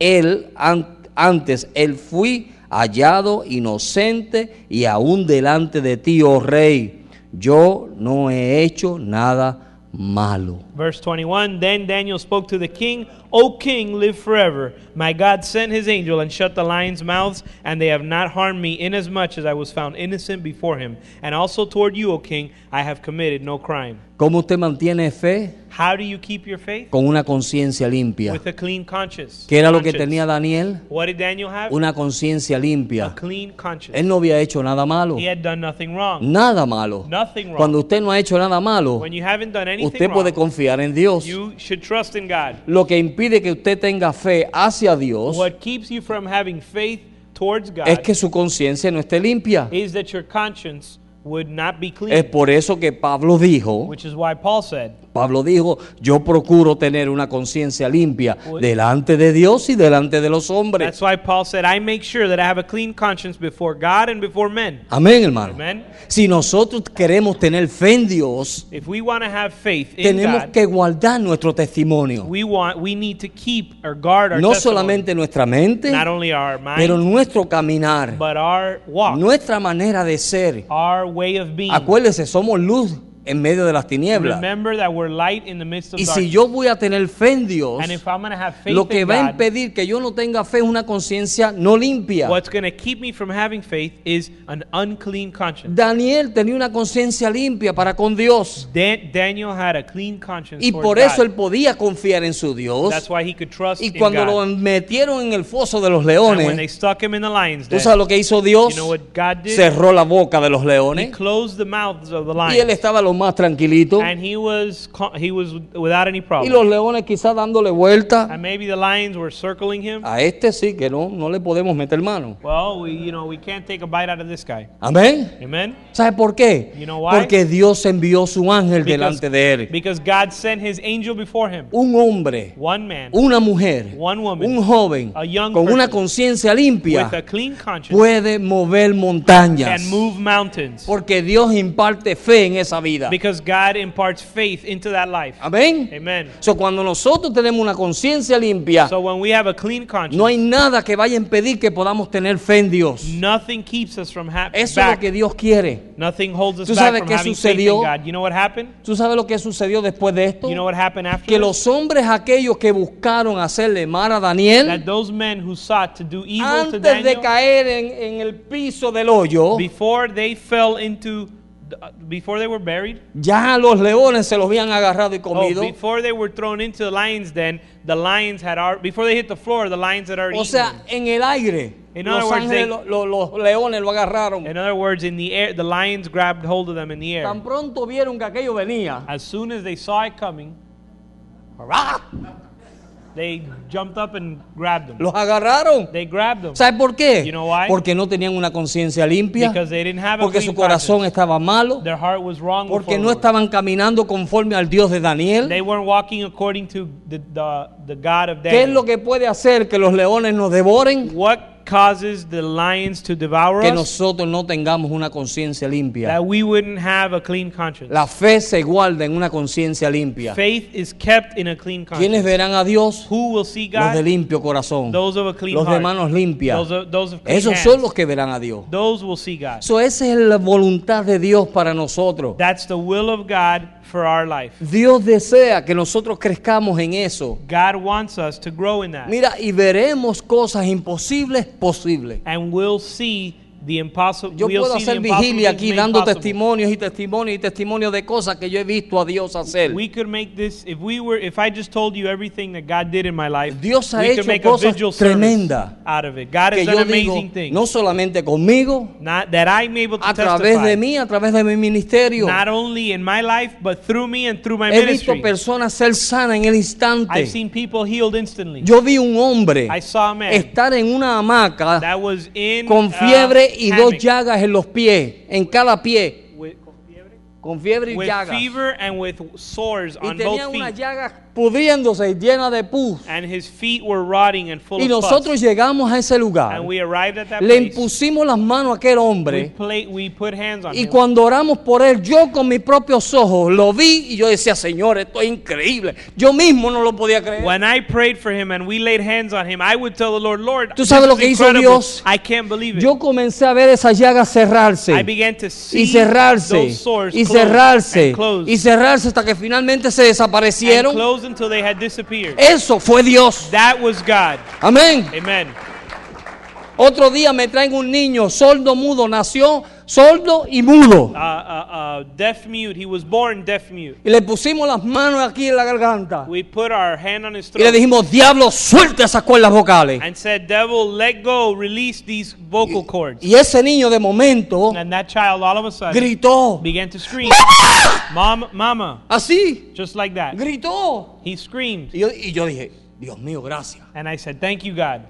S1: él, an- antes él fui hallado inocente y aún delante de ti, oh rey, yo no he hecho nada malo.
S2: Verse 21 Then Daniel spoke to the king, O king, live forever. My God sent his angel and shut the lions' mouths, and they have not harmed me, inasmuch as I was found innocent before him. And also toward you, O king, I have committed no crime.
S1: ¿Cómo usted mantiene fe?
S2: How do you keep your faith?
S1: Con una conciencia limpia.
S2: With a clean conscience.
S1: ¿Qué era lo que
S2: Conscience.
S1: tenía Daniel?
S2: What did Daniel have?
S1: Una conciencia
S2: A
S1: limpia.
S2: clean conscience.
S1: Él no había hecho nada malo.
S2: He had done nothing wrong.
S1: Nada malo.
S2: Nothing wrong.
S1: Cuando usted no ha hecho nada malo,
S2: When you haven't done anything
S1: usted puede
S2: wrong,
S1: confiar en Dios.
S2: you should trust in God.
S1: Lo que impide que usted tenga fe hacia Dios
S2: What keeps you from having faith towards
S1: es
S2: God
S1: que su conciencia no esté limpia.
S2: is that your conscience would not be
S1: Es
S2: clean,
S1: por eso que Pablo dijo,
S2: which is why Paul said,
S1: Pablo dijo, yo procuro tener una conciencia limpia delante de Dios y delante de los
S2: That's
S1: hombres.
S2: why Paul said, I make sure that I have a clean conscience before God and before men.
S1: Amén, hermano.
S2: Amen.
S1: Si nosotros queremos tener fe en Dios,
S2: If we want to have faith in
S1: tenemos
S2: God,
S1: que guardar nuestro testimonio.
S2: we want we need to keep or guard our
S1: No
S2: testimony.
S1: solamente nuestra mente,
S2: not only our
S1: pero
S2: mind,
S1: nuestro caminar,
S2: but our walk,
S1: nuestra manera de ser.
S2: our way of being.
S1: Acuérdese, somos luz en medio de las tinieblas.
S2: Remember that we're light in the midst of
S1: Y
S2: darkness.
S1: si yo voy a tener fe en Dios,
S2: and if I'm going to have faith
S1: lo que
S2: in
S1: va a
S2: God,
S1: impedir que yo no tenga fe es una conciencia no limpia.
S2: what's going to keep me from having faith is an unclean conscience.
S1: Daniel tenía una conciencia limpia para con Dios.
S2: Dan- Daniel had a clean conscience
S1: Y
S2: towards
S1: por eso
S2: God.
S1: él podía confiar en su Dios.
S2: That's why he could trust
S1: Y
S2: in
S1: cuando
S2: God.
S1: lo metieron en el foso de los
S2: and when they
S1: leones,
S2: stuck him in the lion's
S1: ¿tú
S2: den,
S1: sabes lo que hizo Dios?
S2: you know what God did?
S1: Cerró la boca de los
S2: He
S1: leones.
S2: closed the mouths of the
S1: Y él
S2: lions,
S1: estaba lo más tranquilito.
S2: and he was ca- he was without
S1: Y
S2: any problem.
S1: los leones quizás dándole vuelta.
S2: And maybe the lions were circling him.
S1: A este sí, que no, no le podemos meter mano.
S2: Well, we you know we can't take a bite out of this guy.
S1: Amén.
S2: Amen.
S1: ¿Sabe por qué?
S2: You know why?
S1: Porque Dios envió su ángel delante de él.
S2: because God sent His angel before him.
S1: Un hombre,
S2: One man
S1: una mujer,
S2: One woman.
S1: un joven
S2: A young
S1: con una
S2: person.
S1: conciencia limpia
S2: with a clean conscience
S1: puede mover montañas.
S2: can move mountains.
S1: Porque Dios imparte fe en esa vida.
S2: Because God imparts faith into that life.
S1: Amén.
S2: Amen.
S1: So, cuando nosotros tenemos una conciencia limpia,
S2: So when we have a clean conscience,
S1: no hay nada que vaya a impedir que podamos tener fe en Dios.
S2: nothing keeps us from happening.
S1: Eso es lo que Dios quiere.
S2: Nothing holds us
S1: ¿Tú
S2: back
S1: sabes
S2: from
S1: qué
S2: having faith in
S1: sucedió?
S2: God. You know what happened?
S1: ¿Tú sabes lo que sucedió después de esto?
S2: You know what happened after
S1: que
S2: this?
S1: los hombres aquellos que buscaron hacerle mal a
S2: that
S1: Daniel,
S2: those men who sought to do evil to
S1: antes de
S2: Daniel
S1: caer en, en el piso del hoyo,
S2: before they fell into before they were buried
S1: ya los leones se los habían agarrado y
S2: oh,
S1: comido.
S2: before they were thrown into the lions den the lions had already before they hit the floor the lions had already
S1: O
S2: eaten
S1: sea, en el aire,
S2: In
S1: los,
S2: other words,
S1: ángeles,
S2: they-
S1: lo- lo- los leones lo
S2: them.
S1: agarraron.
S2: in other words in the air the lions grabbed hold of them in the air
S1: Tan pronto vieron que aquello venía,
S2: as soon as they saw it coming
S1: ¡ah!
S2: they jumped up and grabbed them
S1: los agarraron.
S2: they grabbed them
S1: ¿Sabes por qué?
S2: You know why?
S1: Porque no tenían una conciencia limpia,
S2: because they didn't have a
S1: porque
S2: clean
S1: su corazón
S2: conscience.
S1: estaba malo,
S2: their heart was wrong
S1: porque
S2: before
S1: no
S2: the Lord.
S1: estaban caminando conforme al Dios de Daniel.
S2: they weren't walking according to the, the, the God of
S1: ¿Qué es
S2: Daniel
S1: lo que puede hacer que los leones nos devoren?
S2: What causes the lions to devour
S1: Que
S2: us?
S1: nosotros no tengamos una conciencia limpia.
S2: That we wouldn't have a clean conscience.
S1: La fe se guarda en una conciencia limpia.
S2: Faith is kept in a clean
S1: ¿Quiénes
S2: conscience.
S1: verán a Dios?
S2: Who will see
S1: Los de
S2: God?
S1: limpio corazón.
S2: Those of a clean
S1: Los de
S2: heart.
S1: manos limpias.
S2: Those of, those of clean
S1: Esos
S2: hands.
S1: son los que verán a Dios.
S2: Those will see God.
S1: So, esa es la voluntad de Dios para nosotros.
S2: That's the will of God for our life.
S1: Dios desea que nosotros crezcamos en eso.
S2: God wants us to grow in that.
S1: Mira, y veremos cosas imposibles posibles.
S2: And we'll see the impossible.
S1: Yo
S2: we'll
S1: puedo
S2: see the
S1: hacer
S2: impossible
S1: vigilia
S2: things
S1: aquí
S2: made
S1: dando
S2: possible.
S1: testimonios y testimonios y testimonios de cosas que yo he visto a Dios hacer.
S2: We could make this if we were if I just told you everything that God did in my life.
S1: Dios ha
S2: we
S1: hecho
S2: could make a
S1: cosas
S2: vigil service
S1: tremenda.
S2: out of it. God
S1: Que
S2: has done
S1: yo
S2: amazing
S1: digo,
S2: things.
S1: no solamente conmigo,
S2: Not that I'm able to
S1: a través
S2: testify.
S1: de mí, a través de mi ministerio.
S2: Not only in my life, but through me and through my
S1: He visto
S2: ministry.
S1: personas ser sanas en el
S2: I've
S1: instante.
S2: seen people healed instantly.
S1: Yo vi un hombre
S2: I saw a man
S1: estar en una hamaca
S2: that was in
S1: con
S2: uh,
S1: fiebre y dos
S2: hammock
S1: llagas en los pies, en cada pie.
S2: with-
S1: con fiebre y
S2: with
S1: llagas.
S2: fever and with sores
S1: y
S2: on
S1: tenía
S2: both
S1: unas
S2: feet,
S1: llagas pudriéndose y llena de pus.
S2: and his feet were rotting and full
S1: Y
S2: of
S1: nosotros
S2: pus.
S1: llegamos a ese lugar,
S2: And we arrived at that
S1: le
S2: place.
S1: impusimos las manos a aquel
S2: We,
S1: hombre
S2: pla- we put hands on
S1: y
S2: him.
S1: cuando oramos por él, yo con mis propios ojos lo vi y yo decía, Señor, esto es increíble. Yo mismo no lo podía creer.
S2: When I prayed for him and we laid hands on him, I would tell the Lord, Lord,
S1: Tú
S2: this
S1: sabes lo
S2: is
S1: que hizo
S2: incredible.
S1: Dios?
S2: I can't believe it.
S1: Yo comencé a ver esas llagas cerrarse.
S2: I began to see
S1: y cerrarse
S2: those sores
S1: y
S2: close
S1: cerrarse
S2: and close
S1: y cerrarse hasta que finalmente se
S2: and
S1: desaparecieron.
S2: close until they had disappeared.
S1: Eso fue Dios.
S2: That was God.
S1: Amén.
S2: Amen.
S1: Otro día me traen un niño sordo mudo, nació sordo y mudo.
S2: Uh, uh, uh, deaf mute. He was born deaf mute.
S1: Y le pusimos las manos aquí en la garganta
S2: We put our hand on his
S1: y le
S2: throat
S1: dijimos, "Diablo, suelta esas cuerdas vocales."
S2: and said, Devil, let go, release these vocal cords.
S1: Y ese niño de momento
S2: And that child all of a sudden
S1: gritó
S2: began to scream. Mom, mama,
S1: así,
S2: just like that.
S1: gritó.
S2: He screamed.
S1: Y yo, y yo dije, "Dios mío, gracias."
S2: And I said, Thank you, God.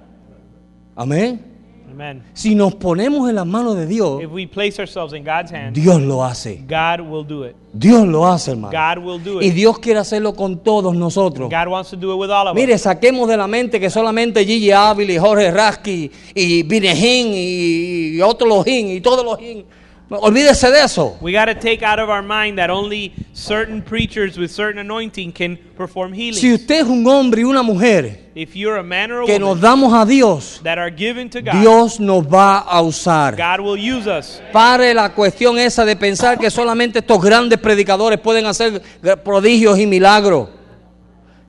S1: Amén.
S2: Amen.
S1: Si nos ponemos en las manos de Dios,
S2: If we place ourselves in God's hands,
S1: Dios lo hace.
S2: God will do it.
S1: Dios lo hace, hermano.
S2: God will do
S1: Y
S2: it.
S1: Dios quiere hacerlo con todos nosotros.
S2: God wants to do it with all of us.
S1: Mire, saquemos de la mente que solamente Gigi Ávila y Jorge Rasky y Vinejín y otros los Jin y todos los Jin. Olvídese de eso.
S2: We got to take out of our mind that only certain preachers with certain anointing can perform
S1: Si
S2: healings.
S1: usted es un hombre y una mujer
S2: If you're a man or a
S1: que nos
S2: woman
S1: damos a Dios,
S2: that are given to God,
S1: Dios nos va a usar.
S2: God will use us.
S1: Pare la cuestión esa de pensar que solamente estos grandes predicadores pueden hacer prodigios y milagros.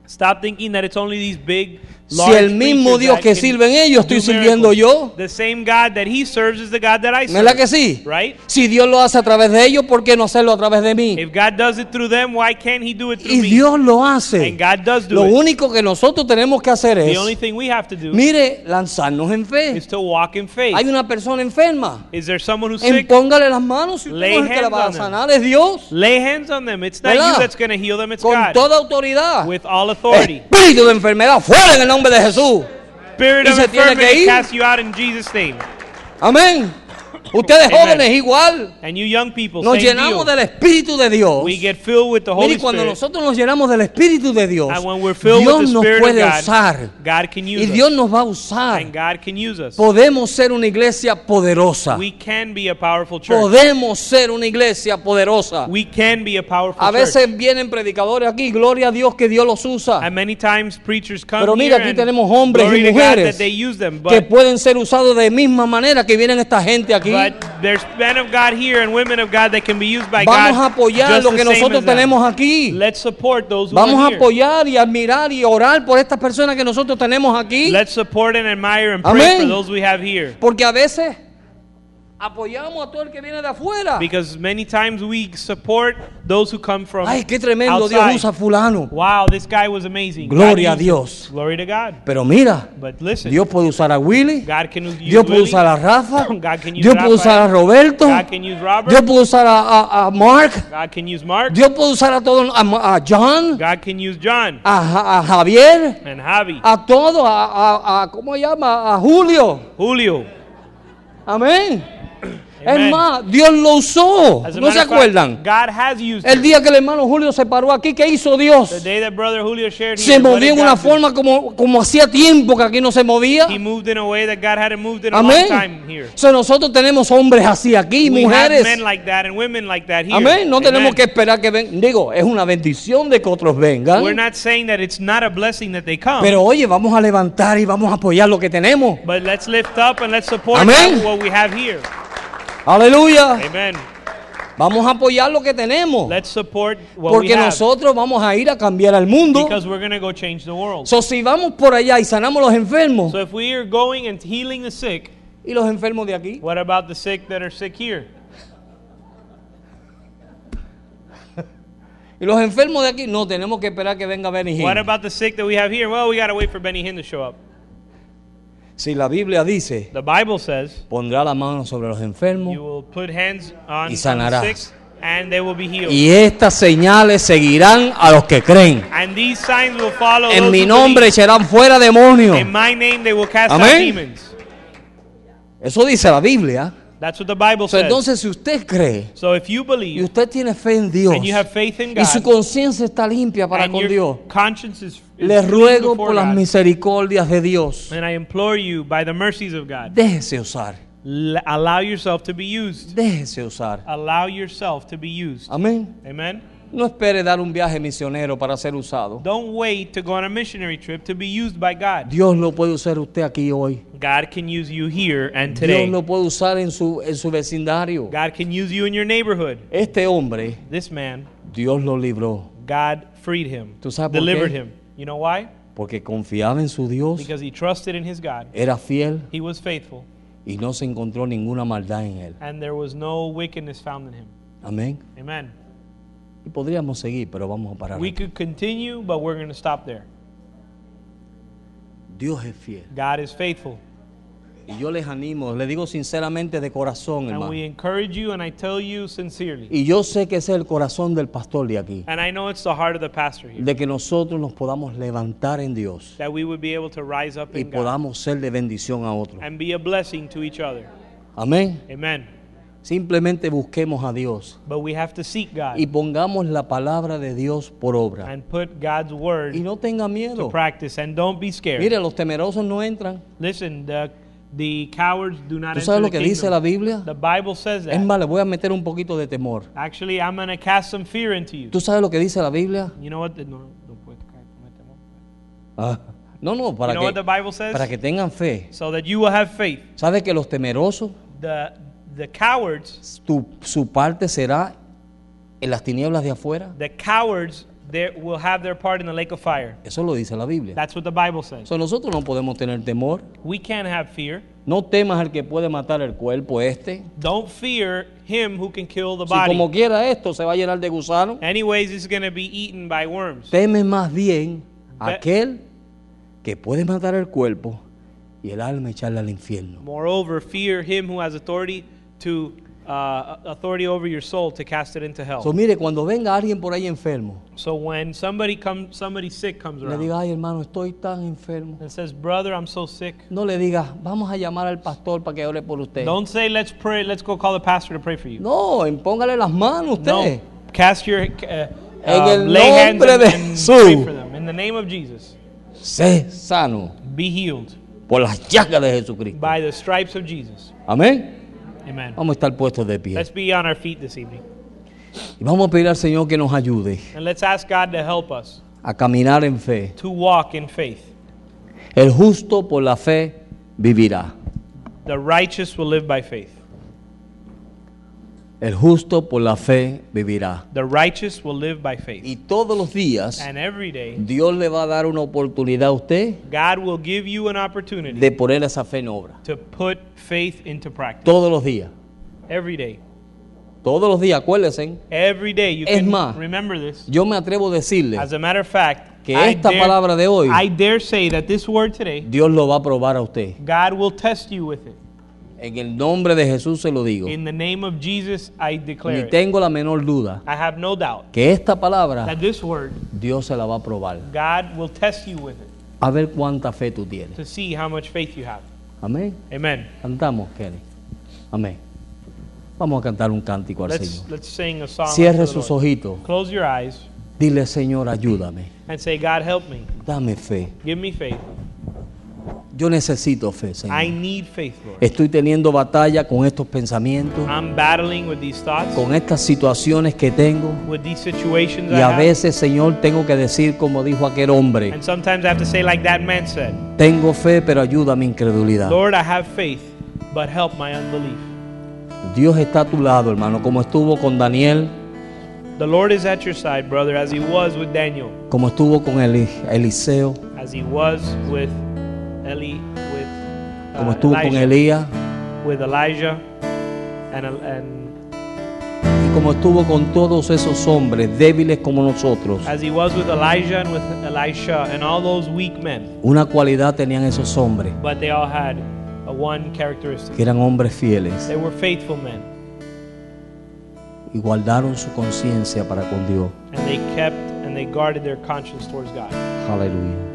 S2: Stop thinking that it's only these big,
S1: Si
S2: large
S1: el mismo
S2: preachers
S1: Dios
S2: that
S1: que
S2: can
S1: sirven ellos,
S2: do
S1: estoy sirviendo
S2: miracles.
S1: yo.
S2: The same God that he serves is the God that I
S1: ¿No es la que
S2: serve.
S1: sí?
S2: Right?
S1: Si Dios lo hace a través de ellos, ¿por qué no hacerlo a través de mí?
S2: If God does it through them, why can't he do it through
S1: Y
S2: me?
S1: Dios lo hace.
S2: And God does do
S1: Lo
S2: it.
S1: único que nosotros tenemos que hacer
S2: The
S1: es,
S2: only thing we have to do
S1: mire, lanzarnos en fe.
S2: is to walk in faith.
S1: Hay una persona enferma.
S2: Is there someone who's sick?
S1: Póngale las manos si usted
S2: Lay
S1: no es el que la
S2: hands
S1: va a
S2: on them.
S1: sanar, es Dios.
S2: Lay hands on them. It's not
S1: ¿Verdad?
S2: you that's going to heal them, it's
S1: Con
S2: God.
S1: toda autoridad.
S2: With all authority.
S1: Espíritu de enfermedad, fuera en el nombre de Jesús.
S2: Spirit
S1: Eh, Y
S2: of
S1: se tiene que
S2: infirmity
S1: ir.
S2: cast you out in Jesus' name.
S1: Amén. Ustedes
S2: Amen.
S1: jóvenes igual.
S2: And you young people,
S1: Nos
S2: same
S1: llenamos
S2: deal.
S1: del Espíritu de Dios.
S2: We get filled with the
S1: Mire,
S2: Holy
S1: y cuando
S2: Spirit.
S1: nosotros nos llenamos del Espíritu de Dios,
S2: And when we're filled with
S1: Dios
S2: the
S1: nos
S2: Spirit
S1: puede
S2: of
S1: usar.
S2: God, God can
S1: Y
S2: use
S1: Dios
S2: us.
S1: nos va a
S2: And
S1: usar.
S2: God can use us.
S1: Podemos ser una iglesia poderosa.
S2: We can be a powerful church.
S1: Podemos ser una iglesia poderosa.
S2: We can be a powerful
S1: A
S2: church.
S1: veces vienen predicadores aquí, gloria a Dios que Dios los usa,
S2: And many times preachers come
S1: Pero mira,
S2: here
S1: aquí
S2: and
S1: tenemos hombres y
S2: glory to God
S1: mujeres
S2: that they use them.
S1: que
S2: But,
S1: pueden ser usados de misma manera que vienen esta gente aquí.
S2: but there's men of God here and women of God that can be used by
S1: Vamos a
S2: God
S1: apoyar
S2: just
S1: lo
S2: the
S1: que
S2: same
S1: nosotros
S2: as them.
S1: tenemos aquí.
S2: Let's support those who
S1: Vamos
S2: are
S1: a
S2: here.
S1: apoyar y admirar y orar por estas personas que nosotros tenemos aquí.
S2: Let's support and admire and pray
S1: Amén.
S2: for those we have here.
S1: Porque a veces apoyamos a todo el que viene de afuera.
S2: Because many times we support those who come from
S1: Ay, qué tremendo, Dios
S2: outside.
S1: usa a fulano.
S2: Wow, this guy was amazing.
S1: Gloria a
S2: God used him.
S1: Dios.
S2: Glory to God.
S1: Pero mira,
S2: But listen,
S1: Dios puede usar a Willy,
S2: God can use
S1: Dios puede
S2: Willie.
S1: usar a Rafa,
S2: God can use
S1: Dios puede
S2: Rafael.
S1: usar a Roberto,
S2: God can use Robert.
S1: Dios puede usar a, a- a Mark,
S2: God can use Mark.
S1: Dios puede usar a todos, a, Ma- a John,
S2: God can use John
S1: a, Ja- a Javier,
S2: and Javi,
S1: a todos, a, a- a- ¿cómo se llama? A Julio.
S2: Julio.
S1: Amén.
S2: Amen.
S1: Es más, Dios lo usó.
S2: As a
S1: ¿No se
S2: matter of fact,
S1: acuerdan?
S2: God has used
S1: El
S2: him.
S1: día que el hermano Julio se paró aquí, ¿qué hizo Dios?
S2: The day that brother Julio shared
S1: se
S2: here, what
S1: movió
S2: did
S1: en una
S2: God do?
S1: forma como, como hacía tiempo que aquí no se movía.
S2: He moved in a way that God hadn't moved in a
S1: Amén.
S2: long time here.
S1: So, nosotros tenemos hombres así aquí,
S2: We have
S1: mujeres.
S2: men like that and women like that here.
S1: Amén. No tenemos
S2: Amen.
S1: que esperar que vengan. Digo, es una bendición de que otros vengan.
S2: We're not saying that it's not a blessing that they come,
S1: Pero oye, vamos a levantar y vamos a apoyar lo que tenemos.
S2: but let's lift up and let's support
S1: Amén.
S2: what we have here.
S1: Aleluya.
S2: Amen.
S1: Vamos a apoyar lo que tenemos.
S2: Let's support what we
S1: Oh. Porque
S2: have
S1: nosotros vamos a ir a cambiar al mundo.
S2: because we're going to go change the world.
S1: So, si vamos por allá y sanamos los enfermos
S2: So if we are going and healing the sick,
S1: y los enfermos de aquí,
S2: what about the sick that are sick here?
S1: y los enfermos de aquí, no tenemos que esperar que venga Benny Hinn.
S2: What about the sick that we have here? Well, we got to wait for Benny Hinn to show up.
S1: Si la Biblia dice,
S2: The Bible says
S1: pondrá la mano sobre los
S2: you
S1: enfermos
S2: will put hands on
S1: Y
S2: the
S1: sanarás.
S2: sick and they will be healed.
S1: y estas señales seguirán a los que creen.
S2: And these signs will follow
S1: En
S2: those
S1: mi
S2: who
S1: nombre
S2: believe.
S1: echarán fuera demonios.
S2: In my name they will cast out
S1: Amén.
S2: demons.
S1: Eso dice la Biblia.
S2: That's what the Bible
S1: So,
S2: says.
S1: entonces, si usted cree
S2: so if you
S1: y
S2: believe
S1: usted tiene fe en Dios
S2: and you have faith in
S1: y
S2: God
S1: su conciencia está limpia para
S2: and
S1: con
S2: your
S1: Dios,
S2: conscience is, is
S1: le
S2: clean
S1: ruego
S2: before
S1: por las
S2: God,
S1: misericordias de Dios,
S2: and I implore you by the mercies of God,
S1: déjese usar,
S2: l- allow yourself to be used.
S1: déjese usar.
S2: Allow yourself to be used.
S1: Amén.
S2: Amen.
S1: No espere dar un viaje misionero para ser usado.
S2: Don't wait to go on a missionary trip to be used by God.
S1: Dios lo puede usar usted aquí hoy.
S2: God can use you here and
S1: Dios
S2: today.
S1: lo puede usar en su, en su vecindario.
S2: God can use you in your neighborhood.
S1: Este hombre,
S2: This man,
S1: Dios lo libró
S2: God freed him,
S1: ¿Tú sabes por
S2: delivered
S1: qué?
S2: him. You know why?
S1: porque confiaba en su Dios,
S2: Because he trusted in his God.
S1: era fiel
S2: He was faithful,
S1: y no se encontró ninguna maldad en él.
S2: and there was no wickedness found in him.
S1: Amén.
S2: Amen.
S1: Y podríamos seguir, pero vamos a parar.
S2: We
S1: aquí.
S2: could continue, but we're going to stop there.
S1: Dios es fiel.
S2: God is faithful.
S1: Y yo les animo, les digo sinceramente de corazón,
S2: And
S1: hermano.
S2: we encourage you, and I tell you sincerely.
S1: Y yo sé que ese es el corazón del pastor de aquí,
S2: And I know it's the heart of the pastor here
S1: de que nosotros nos podamos levantar en Dios
S2: that we would be able to rise up
S1: y
S2: in God
S1: podamos ser de bendición a otros.
S2: and be a blessing to each other.
S1: Amén.
S2: Amen.
S1: Simplemente busquemos a Dios
S2: But we have to seek
S1: y
S2: God
S1: pongamos la palabra de Dios por obra.
S2: and put God's
S1: Y
S2: word
S1: no tenga
S2: to
S1: miedo.
S2: practice and don't be
S1: Mire,
S2: scared.
S1: los temerosos no entran.
S2: Listen, the, the cowards do not
S1: ¿Tú
S2: enter
S1: sabes lo
S2: the
S1: que dice la
S2: kingdom.
S1: Biblia?
S2: The Bible says
S1: Es
S2: that.
S1: más, le voy a meter un poquito de temor.
S2: Actually, I'm going to cast some fear into you.
S1: ¿Tú sabes lo que dice la Biblia?
S2: You know what? The, no, no puede caer, no me temo.
S1: Ah, No, no,
S2: you
S1: para
S2: know
S1: que,
S2: what the Bible says?
S1: para que tengan fe.
S2: So that you will have faith.
S1: ¿Sabe que los temerosos,
S2: The, the cowards,
S1: tu- su parte será en las tinieblas de afuera?
S2: the cowards they will have their part in the lake of fire.
S1: Eso lo dice la Biblia.
S2: That's what the Bible says.
S1: So, nosotros no podemos tener temor.
S2: We can't have fear.
S1: No temas al que puede matar el cuerpo este.
S2: Don't fear him who can kill the
S1: Si como
S2: body.
S1: quiera esto se va a llenar de gusano.
S2: Anyways, it's going to be eaten by worms.
S1: Teme más bien
S2: Ve-
S1: aquel que puede matar el cuerpo y el alma echarla al infierno.
S2: Moreover, fear him who has authority to uh, authority over your soul to cast it into hell.
S1: So, mire, cuando venga alguien por ahí enfermo,
S2: So when somebody comes, somebody sick comes
S1: le
S2: around
S1: diga, ay hermano, estoy tan enfermo.
S2: and says, "Brother, I'm so sick."
S1: No le diga, vamos a llamar al pastor para que ore por usted.
S2: Don't say, "Let's pray. Let's go call the pastor to pray for you."
S1: No, impóngale las manos usted.
S2: No. Cast your uh,
S1: En
S2: um,
S1: el
S2: lay hands
S1: nombre
S2: and,
S1: de
S2: and pray
S1: Jesús.
S2: for them in the name of Jesus.
S1: Sé sano
S2: Be healed
S1: por las llagas de Jesucristo.
S2: by the stripes of Jesus.
S1: Amén.
S2: Amen.
S1: Vamos a estar puestos de pie.
S2: Let's be on our feet this evening
S1: Y vamos a pedir al Señor que nos ayude
S2: and let's ask God to help us
S1: a caminar en fe.
S2: to walk in faith.
S1: El justo por la fe vivirá.
S2: The righteous will live by faith.
S1: El justo por la fe vivirá.
S2: The righteous will live by faith.
S1: Y todos los días
S2: And every day,
S1: Dios le va a dar una oportunidad a usted
S2: God will give you an opportunity
S1: de poner esa fe en obra.
S2: to put faith into practice.
S1: Todos los días.
S2: Every day.
S1: Todos los días, acuérdense.
S2: Every day. You
S1: Es
S2: can
S1: más,
S2: remember this.
S1: Yo me atrevo a decirle,
S2: As a matter of fact,
S1: que
S2: I
S1: esta
S2: dare-
S1: palabra de hoy-
S2: I dare say that this word today,
S1: Dios lo va a probar a usted.
S2: God will test you with it.
S1: En el nombre de Jesús se lo digo.
S2: In the name of Jesus, I declare
S1: Ni
S2: it.
S1: tengo la menor duda
S2: I have no doubt
S1: que esta palabra
S2: that this word,
S1: Dios se la va a probar.
S2: God will test you with it
S1: A ver cuánta fe tú tienes.
S2: to see how much faith you have.
S1: Amén.
S2: Amen.
S1: Cantamos, Kelly. Amén. Vamos a cantar un cántico al
S2: Let's,
S1: Señor.
S2: let's sing a song.
S1: Cierre
S2: unto the
S1: sus
S2: Lord.
S1: ojitos.
S2: Close your eyes
S1: Dile, Señor, ayúdame.
S2: and say, God, help me.
S1: Dame fe.
S2: Give me faith.
S1: Yo necesito fe,
S2: I
S1: Señor.
S2: need faith, Lord.
S1: Estoy teniendo batalla con estos pensamientos,
S2: I'm battling with these thoughts,
S1: con estas situaciones que tengo.
S2: with these situations
S1: Y
S2: I
S1: a
S2: have.
S1: veces, Señor, tengo que decir como dijo aquel hombre,
S2: And sometimes I have to say, like that man said,
S1: tengo fe, pero ayuda a mi incredulidad.
S2: Lord, I have faith, but help my unbelief.
S1: Dios está a tu lado, hermano, como estuvo con Daniel,
S2: The Lord is at your side, brother, as he was with Daniel,
S1: como estuvo con Eli- Eliseo,
S2: as he was with Eli, with uh,
S1: como estuvo con
S2: Elijah,
S1: Elías
S2: with Elijah, and El- and
S1: y como estuvo con todos esos hombres débiles como nosotros.
S2: as he was with Elijah and with Elisha and all those weak men,
S1: Una cualidad tenían esos hombres,
S2: but they all had a one characteristic:
S1: que eran hombres fieles
S2: they were faithful men,
S1: y guardaron su conciencia para con Dios.
S2: and they kept and they guarded their conscience towards God.
S1: Aleluya.